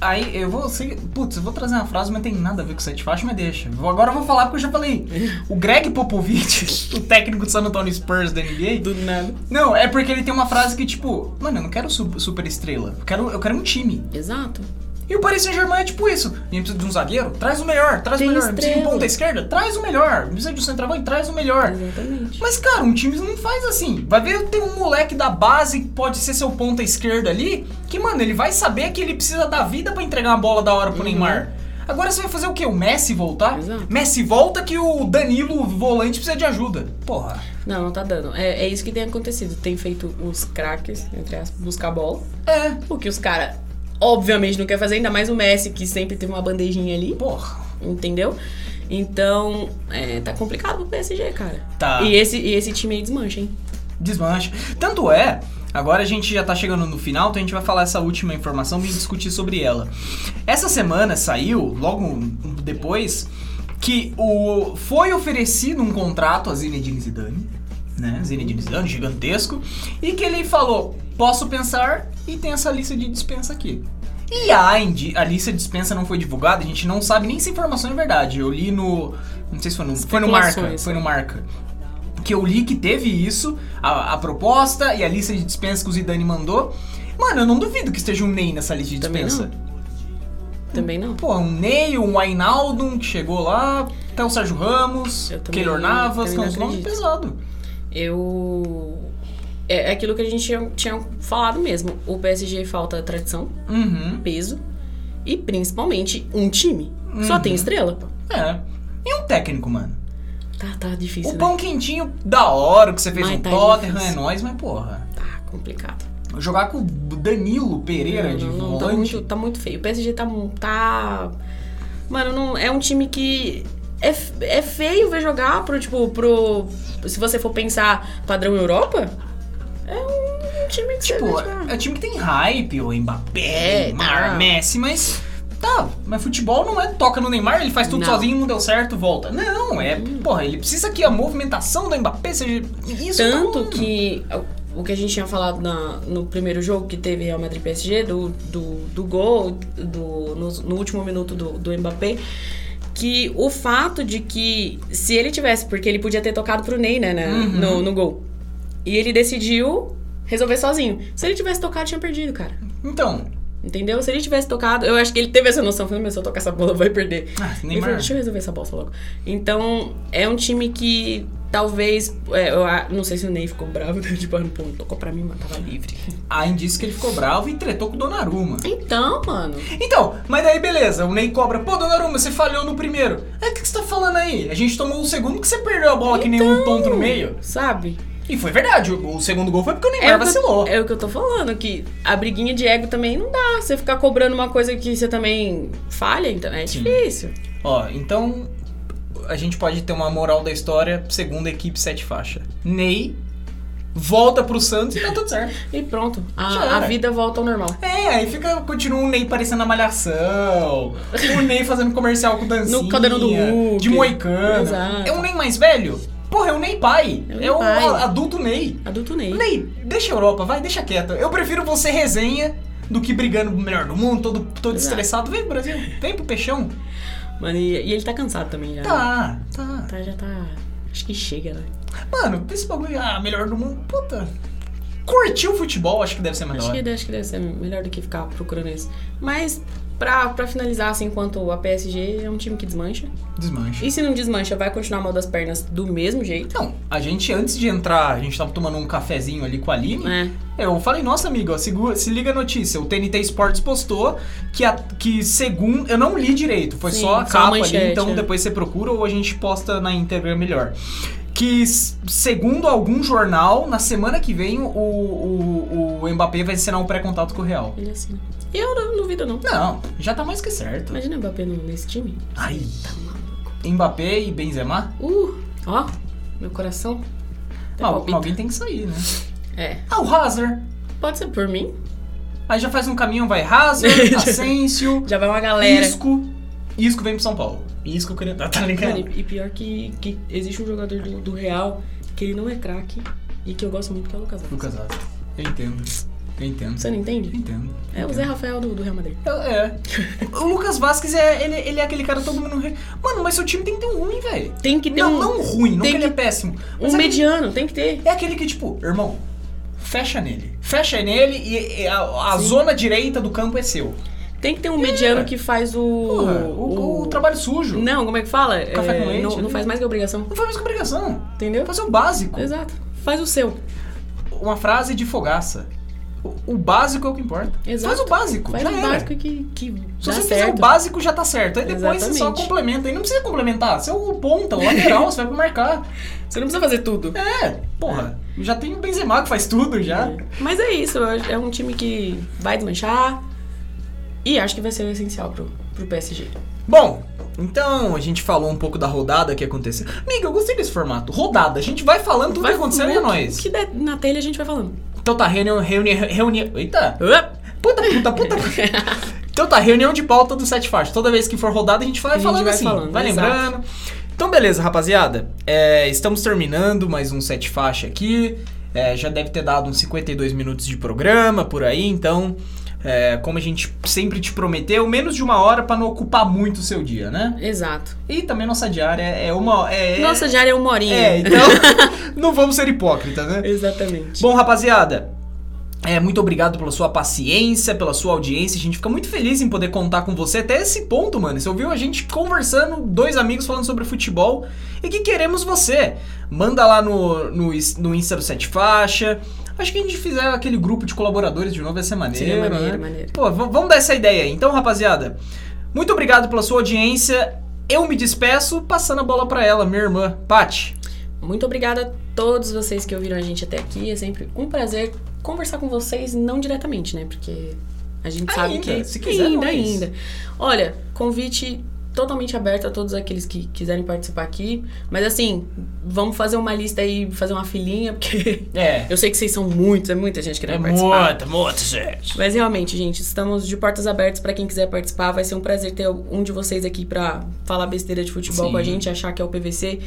[SPEAKER 1] aí eu vou. seguir- Putz, eu vou trazer uma frase, mas tem nada a ver com o Sete Faixas, mas deixa. Vou- agora eu vou falar porque eu já falei. O Greg Popovich, o técnico do San Antonio Spurs da NBA,
[SPEAKER 2] Do nada.
[SPEAKER 1] Não, é porque ele tem uma frase que, tipo, mano, eu não quero su- super estrela, eu quero, eu quero um time.
[SPEAKER 2] Exato.
[SPEAKER 1] E o Paris Saint-Germain é tipo isso. A gente precisa de um zagueiro, traz o melhor, traz
[SPEAKER 2] Tem
[SPEAKER 1] o melhor. Precisa de um
[SPEAKER 2] estrela.
[SPEAKER 1] ponta esquerda, traz o melhor. Precisa de um centroavante, traz o melhor.
[SPEAKER 2] Exatamente.
[SPEAKER 1] Mas, cara, um time não faz assim. Vai ver, tem um moleque da base que pode ser seu ponta esquerda ali, que, mano, ele vai saber que ele precisa da vida pra entregar uma bola da hora pro Neymar. Agora você vai fazer o quê? O Messi voltar?
[SPEAKER 2] Uhum. Exato.
[SPEAKER 1] Messi volta que o Danilo, o volante, precisa de ajuda. Porra.
[SPEAKER 2] Não, não tá dando. É, é isso que tem acontecido. Tem feito os craques, entre aspas, buscar bola.
[SPEAKER 1] É,
[SPEAKER 2] O que os caras, obviamente, não quer fazer, ainda mais o Messi, que sempre teve uma bandejinha ali,
[SPEAKER 1] porra.
[SPEAKER 2] entendeu? Então, é, tá complicado pro PSG, cara.
[SPEAKER 1] Tá.
[SPEAKER 2] E esse, e esse time aí desmancha, hein?
[SPEAKER 1] desmancha. Tanto é, agora a gente já tá chegando no final, então a gente vai falar essa última informação e discutir sobre ela. Essa semana saiu, logo depois, que o foi oferecido um contrato a Zinedine Zidane, né? Zinedine Zidane, gigantesco, e que ele falou: "Posso pensar" e tem essa lista de dispensa aqui. E a, indi- a lista de dispensa não foi divulgada, a gente não sabe nem se a informação é verdade. Eu li no. Não sei se foi no. Foi no marca.
[SPEAKER 2] Especulações.
[SPEAKER 1] Foi no marca que eu li que teve isso, a, a proposta e a lista de dispensa que o Zidane mandou. Mano, eu não duvido que esteja um Ney nessa lista de
[SPEAKER 2] Também
[SPEAKER 1] dispensa.
[SPEAKER 2] Também não.
[SPEAKER 1] Pô, um Ney, um Ainaldo que chegou lá, até o Sérgio Ramos,
[SPEAKER 2] Eu também-
[SPEAKER 1] Keylor Navas,
[SPEAKER 2] também
[SPEAKER 1] que é
[SPEAKER 2] não
[SPEAKER 1] uns nomes
[SPEAKER 2] acredito.
[SPEAKER 1] pesados.
[SPEAKER 2] Eu. É é aquilo que a gente tinha, tinha falado mesmo. O PSG falta tradição,
[SPEAKER 1] Uhum,
[SPEAKER 2] peso e principalmente um time. Só
[SPEAKER 1] Uhum.
[SPEAKER 2] tem estrela.
[SPEAKER 1] é. E um técnico, mano.
[SPEAKER 2] Tá, tá difícil,
[SPEAKER 1] O
[SPEAKER 2] né?
[SPEAKER 1] pão quentinho, da hora, que você fez
[SPEAKER 2] Mas
[SPEAKER 1] um
[SPEAKER 2] tá
[SPEAKER 1] Tottenham, é
[SPEAKER 2] difícil.
[SPEAKER 1] nóis, mas porra.
[SPEAKER 2] Tá complicado.
[SPEAKER 1] Jogar com o Danilo Pereira de
[SPEAKER 2] Não, não, tá,
[SPEAKER 1] volante.
[SPEAKER 2] muito, tá muito feio. O PSG tá. mu- tá... Mano, não, é um time que. É, f- é feio ver jogar pro, tipo, pro. Se você for pensar padrão Europa, é um, um time que você
[SPEAKER 1] Tipo,
[SPEAKER 2] vê jogar.
[SPEAKER 1] é um time que tem hype, o Mbappé,
[SPEAKER 2] É,
[SPEAKER 1] Neymar,
[SPEAKER 2] tá.
[SPEAKER 1] Messi, mas. Tá, mas futebol não é toca no Neymar, ele faz tudo
[SPEAKER 2] Não. Hum.
[SPEAKER 1] sozinho, não deu certo, volta. Não, é. Porra, ele precisa que a movimentação do Mbappé seja. Isso tá
[SPEAKER 2] Tanto
[SPEAKER 1] bom.
[SPEAKER 2] que o- o que a gente tinha falado na- no primeiro jogo que teve Real Madrid e PSG, do, do, do gol, do, no, no último minuto do, do Mbappé, que o fato de que se ele tivesse, porque ele podia ter tocado pro Ney, né, na-
[SPEAKER 1] Uhum.
[SPEAKER 2] no, no gol. E ele decidiu resolver sozinho. Se ele tivesse tocado, tinha perdido, cara.
[SPEAKER 1] Então.
[SPEAKER 2] Entendeu? Se ele tivesse tocado, eu acho que ele teve essa noção, falando, meu, se eu tocar essa bola, vai perder.
[SPEAKER 1] Ah,
[SPEAKER 2] Ele falou,
[SPEAKER 1] Neymar.
[SPEAKER 2] Deixa eu resolver essa bosta logo. Então, é um time que talvez. é, eu a- não sei se o Ney ficou bravo, tipo, ah, pô, não tocou pra mim, mas tava livre.
[SPEAKER 1] Há indício que ele ficou bravo e tretou com o Donnarumma.
[SPEAKER 2] Então, mano.
[SPEAKER 1] Então, mas daí beleza, o Ney cobra, pô, Donnarumma, você falhou no primeiro. É o que, que você tá falando aí? A gente tomou o segundo que você perdeu a bola que nem
[SPEAKER 2] Então.
[SPEAKER 1] um tonto no meio.
[SPEAKER 2] Sabe?
[SPEAKER 1] E foi verdade, o, o segundo gol foi porque o Neymar
[SPEAKER 2] o que eu-
[SPEAKER 1] vacilou.
[SPEAKER 2] é o que eu tô falando, que a briguinha de ego também não dá. Você ficar cobrando uma coisa que você também falha, então é
[SPEAKER 1] Sim.
[SPEAKER 2] difícil.
[SPEAKER 1] Ó, então a gente pode ter uma moral da história, segunda equipe, sete faixa. Ney volta pro Santos e tá tudo certo.
[SPEAKER 2] E pronto.
[SPEAKER 1] Já
[SPEAKER 2] A,
[SPEAKER 1] era.
[SPEAKER 2] a vida volta ao normal.
[SPEAKER 1] É, aí fica, continua o Ney parecendo a malhação, o Ney fazendo comercial com dancinha,
[SPEAKER 2] No Caldeirão do Hulk.
[SPEAKER 1] de moicano.
[SPEAKER 2] Exato.
[SPEAKER 1] É um Ney mais velho? Porra, é o Ney pai.
[SPEAKER 2] É o Ney
[SPEAKER 1] É o
[SPEAKER 2] pai.
[SPEAKER 1] a- adulto Ney.
[SPEAKER 2] Adulto Ney.
[SPEAKER 1] Ney, deixa a Europa, vai, deixa quieto. Eu prefiro você resenha do que brigando com o melhor do mundo, todo, todo
[SPEAKER 2] Exato.
[SPEAKER 1] estressado. Vem pro Brasil, vem pro Peixão.
[SPEAKER 2] Mano, e, e ele tá cansado também já. né?
[SPEAKER 1] Tá, tá.
[SPEAKER 2] Tá, já tá. Acho que chega, né?
[SPEAKER 1] Mano, esse bagulho, ah, melhor do mundo, puta. Curtir o futebol, acho que deve ser mais da
[SPEAKER 2] Acho que,
[SPEAKER 1] hora.
[SPEAKER 2] acho que deve ser melhor do que ficar procurando isso. Mas, pra, pra finalizar, assim, quanto a PSG é um time que desmancha.
[SPEAKER 1] Desmanche.
[SPEAKER 2] E se não desmancha, vai continuar mal das pernas do mesmo jeito.
[SPEAKER 1] Então, a gente, antes de entrar, a gente tava tomando um cafezinho ali com a Aline.
[SPEAKER 2] É.
[SPEAKER 1] Eu falei, nossa, amigo, ó, segura- se liga a notícia. O TNT Sports postou que, a, que segundo. Eu não li direito, foi
[SPEAKER 2] Sim,
[SPEAKER 1] só a
[SPEAKER 2] só a
[SPEAKER 1] capa ali,
[SPEAKER 2] manchete,
[SPEAKER 1] então
[SPEAKER 2] é.
[SPEAKER 1] depois você procura ou a gente posta na íntegra melhor. Que, s- segundo algum jornal, na semana que vem o, o, o Mbappé vai assinar um pré-contato com o Real.
[SPEAKER 2] Ele assina. E eu não duvido, não.
[SPEAKER 1] Não, já tá mais que certo.
[SPEAKER 2] Imagina o Mbappé no- nesse time.
[SPEAKER 1] Ai, Mbappé e Benzema?
[SPEAKER 2] Uh, ó, meu coração. até
[SPEAKER 1] Al-
[SPEAKER 2] palpita.
[SPEAKER 1] alguém tem que sair, né?
[SPEAKER 2] É.
[SPEAKER 1] Ah, o Hazard.
[SPEAKER 2] Pode ser por mim.
[SPEAKER 1] Aí já faz um caminho, vai Hazard, Asensio,
[SPEAKER 2] Já vai uma galera.
[SPEAKER 1] Isco. Isco vem pro São Paulo. Isco queria... Tá, tá
[SPEAKER 2] Cara,
[SPEAKER 1] ligado?
[SPEAKER 2] e, e pior que, que existe um jogador do, do Real que ele não é craque e que eu gosto muito, que é o Lucas Vasco.
[SPEAKER 1] Lucas Hazard. Eu entendo. Eu entendo.
[SPEAKER 2] Você não
[SPEAKER 1] Eu
[SPEAKER 2] entende?
[SPEAKER 1] entendo.
[SPEAKER 2] É o Zé Rafael do, do Real Madrid.
[SPEAKER 1] Eu- É. O Lucas Vasquez é, ele, ele é aquele cara todo mundo. re- Mano, mas seu time tem que ter um ruim, velho.
[SPEAKER 2] Tem que ter
[SPEAKER 1] Não,
[SPEAKER 2] um,
[SPEAKER 1] não ruim, não que
[SPEAKER 2] tem
[SPEAKER 1] ele é
[SPEAKER 2] que-
[SPEAKER 1] péssimo. Mas
[SPEAKER 2] um
[SPEAKER 1] é aquele-
[SPEAKER 2] mediano, tem que ter.
[SPEAKER 1] É aquele que, tipo, irmão, fecha nele. Fecha nele e, e a, a zona direita do campo é seu.
[SPEAKER 2] Tem que ter um mediano que faz o.
[SPEAKER 1] É. Porra, o, o trabalho sujo. Não,
[SPEAKER 2] Não, como é que fala?
[SPEAKER 1] Café
[SPEAKER 2] É,
[SPEAKER 1] com leite,
[SPEAKER 2] não, não
[SPEAKER 1] né?
[SPEAKER 2] faz mais que obrigação.
[SPEAKER 1] faz mais que obrigação.
[SPEAKER 2] Entendeu?
[SPEAKER 1] Fazer o básico.
[SPEAKER 2] Exato. Faz o seu.
[SPEAKER 1] Uma frase de fogaça. O, o básico é o que importa.
[SPEAKER 2] Exato.
[SPEAKER 1] Faz o básico,
[SPEAKER 2] Faz
[SPEAKER 1] já
[SPEAKER 2] o
[SPEAKER 1] era.
[SPEAKER 2] básico que, que
[SPEAKER 1] Se
[SPEAKER 2] dá
[SPEAKER 1] você
[SPEAKER 2] certo.
[SPEAKER 1] fizer o básico, já tá certo. Aí depois você só
[SPEAKER 2] Exatamente.
[SPEAKER 1] complementa. E não precisa complementar. Você é o ponta, o lateral, você vai pra marcar.
[SPEAKER 2] Você não precisa fazer tudo.
[SPEAKER 1] É, porra. Já tem o Benzema que faz tudo já.
[SPEAKER 2] Mas é isso, é um time que vai desmanchar e acho que vai ser o essencial pro, pro PSG.
[SPEAKER 1] Bom, então a gente falou um pouco da rodada que aconteceu. Amiga, eu gostei desse formato. Rodada. A gente vai falando tudo
[SPEAKER 2] vai
[SPEAKER 1] que aconteceu e é
[SPEAKER 2] o que-
[SPEAKER 1] nóis.
[SPEAKER 2] que der na telha a gente vai falando.
[SPEAKER 1] Então tá, reunião, reunião, reunião. Eita!
[SPEAKER 2] Up!
[SPEAKER 1] Puta, puta, puta. então tá, reunião de pauta do Sete Faixas. Toda vez que for rodada, a gente vai
[SPEAKER 2] A gente
[SPEAKER 1] falando
[SPEAKER 2] vai
[SPEAKER 1] assim,
[SPEAKER 2] falando,
[SPEAKER 1] vai
[SPEAKER 2] exato.
[SPEAKER 1] lembrando. Então beleza, rapaziada. É, estamos terminando mais um Sete Faixa aqui. É, já deve ter dado uns 52 minutos de programa por aí, então... é, como a gente sempre te prometeu, menos de uma hora pra não ocupar muito o seu dia, né?
[SPEAKER 2] Exato.
[SPEAKER 1] E também nossa diária é uma... É,
[SPEAKER 2] Nossa diária é uma horinha.
[SPEAKER 1] é, então não vamos ser hipócritas, né?
[SPEAKER 2] Exatamente.
[SPEAKER 1] Bom, rapaziada, é, muito obrigado pela sua paciência, pela sua audiência. A gente fica muito feliz em poder contar com você até esse ponto, mano. Você ouviu a gente conversando, dois amigos falando sobre futebol e que queremos você. Manda lá no, no, is- no Insta do Sete Faixa. Acho que a gente fizer aquele grupo de colaboradores de novo ia ser maneiro.
[SPEAKER 2] Seria é
[SPEAKER 1] né?
[SPEAKER 2] maneiro, maneiro.
[SPEAKER 1] Pô, v- vamos dar essa ideia aí. Então, rapaziada, muito obrigado pela sua audiência. Eu me despeço passando a bola pra ela, minha irmã, Pati.
[SPEAKER 2] Muito obrigada a todos vocês que ouviram a gente até aqui. É sempre um prazer conversar com vocês, não diretamente, né? Porque a gente sabe
[SPEAKER 1] Ainda,
[SPEAKER 2] que. é
[SPEAKER 1] se quiser,
[SPEAKER 2] ainda,
[SPEAKER 1] nós.
[SPEAKER 2] ainda. Olha, convite totalmente aberto a todos aqueles que quiserem participar aqui. Mas assim, vamos fazer uma lista aí, fazer uma filinha, porque
[SPEAKER 1] É.
[SPEAKER 2] eu sei que vocês são muitos, é muita gente querendo participar.
[SPEAKER 1] muito, muito, gente.
[SPEAKER 2] Mas realmente, gente, estamos de portas abertas pra quem quiser participar. Vai ser um prazer ter um de vocês aqui pra falar besteira de futebol
[SPEAKER 1] Sim.
[SPEAKER 2] com a gente, achar que é o PVC.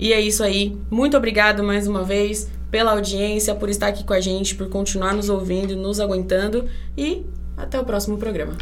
[SPEAKER 2] E é isso aí. Muito obrigado mais uma vez pela audiência, por estar aqui com a gente, por continuar nos ouvindo, nos aguentando e até o próximo programa.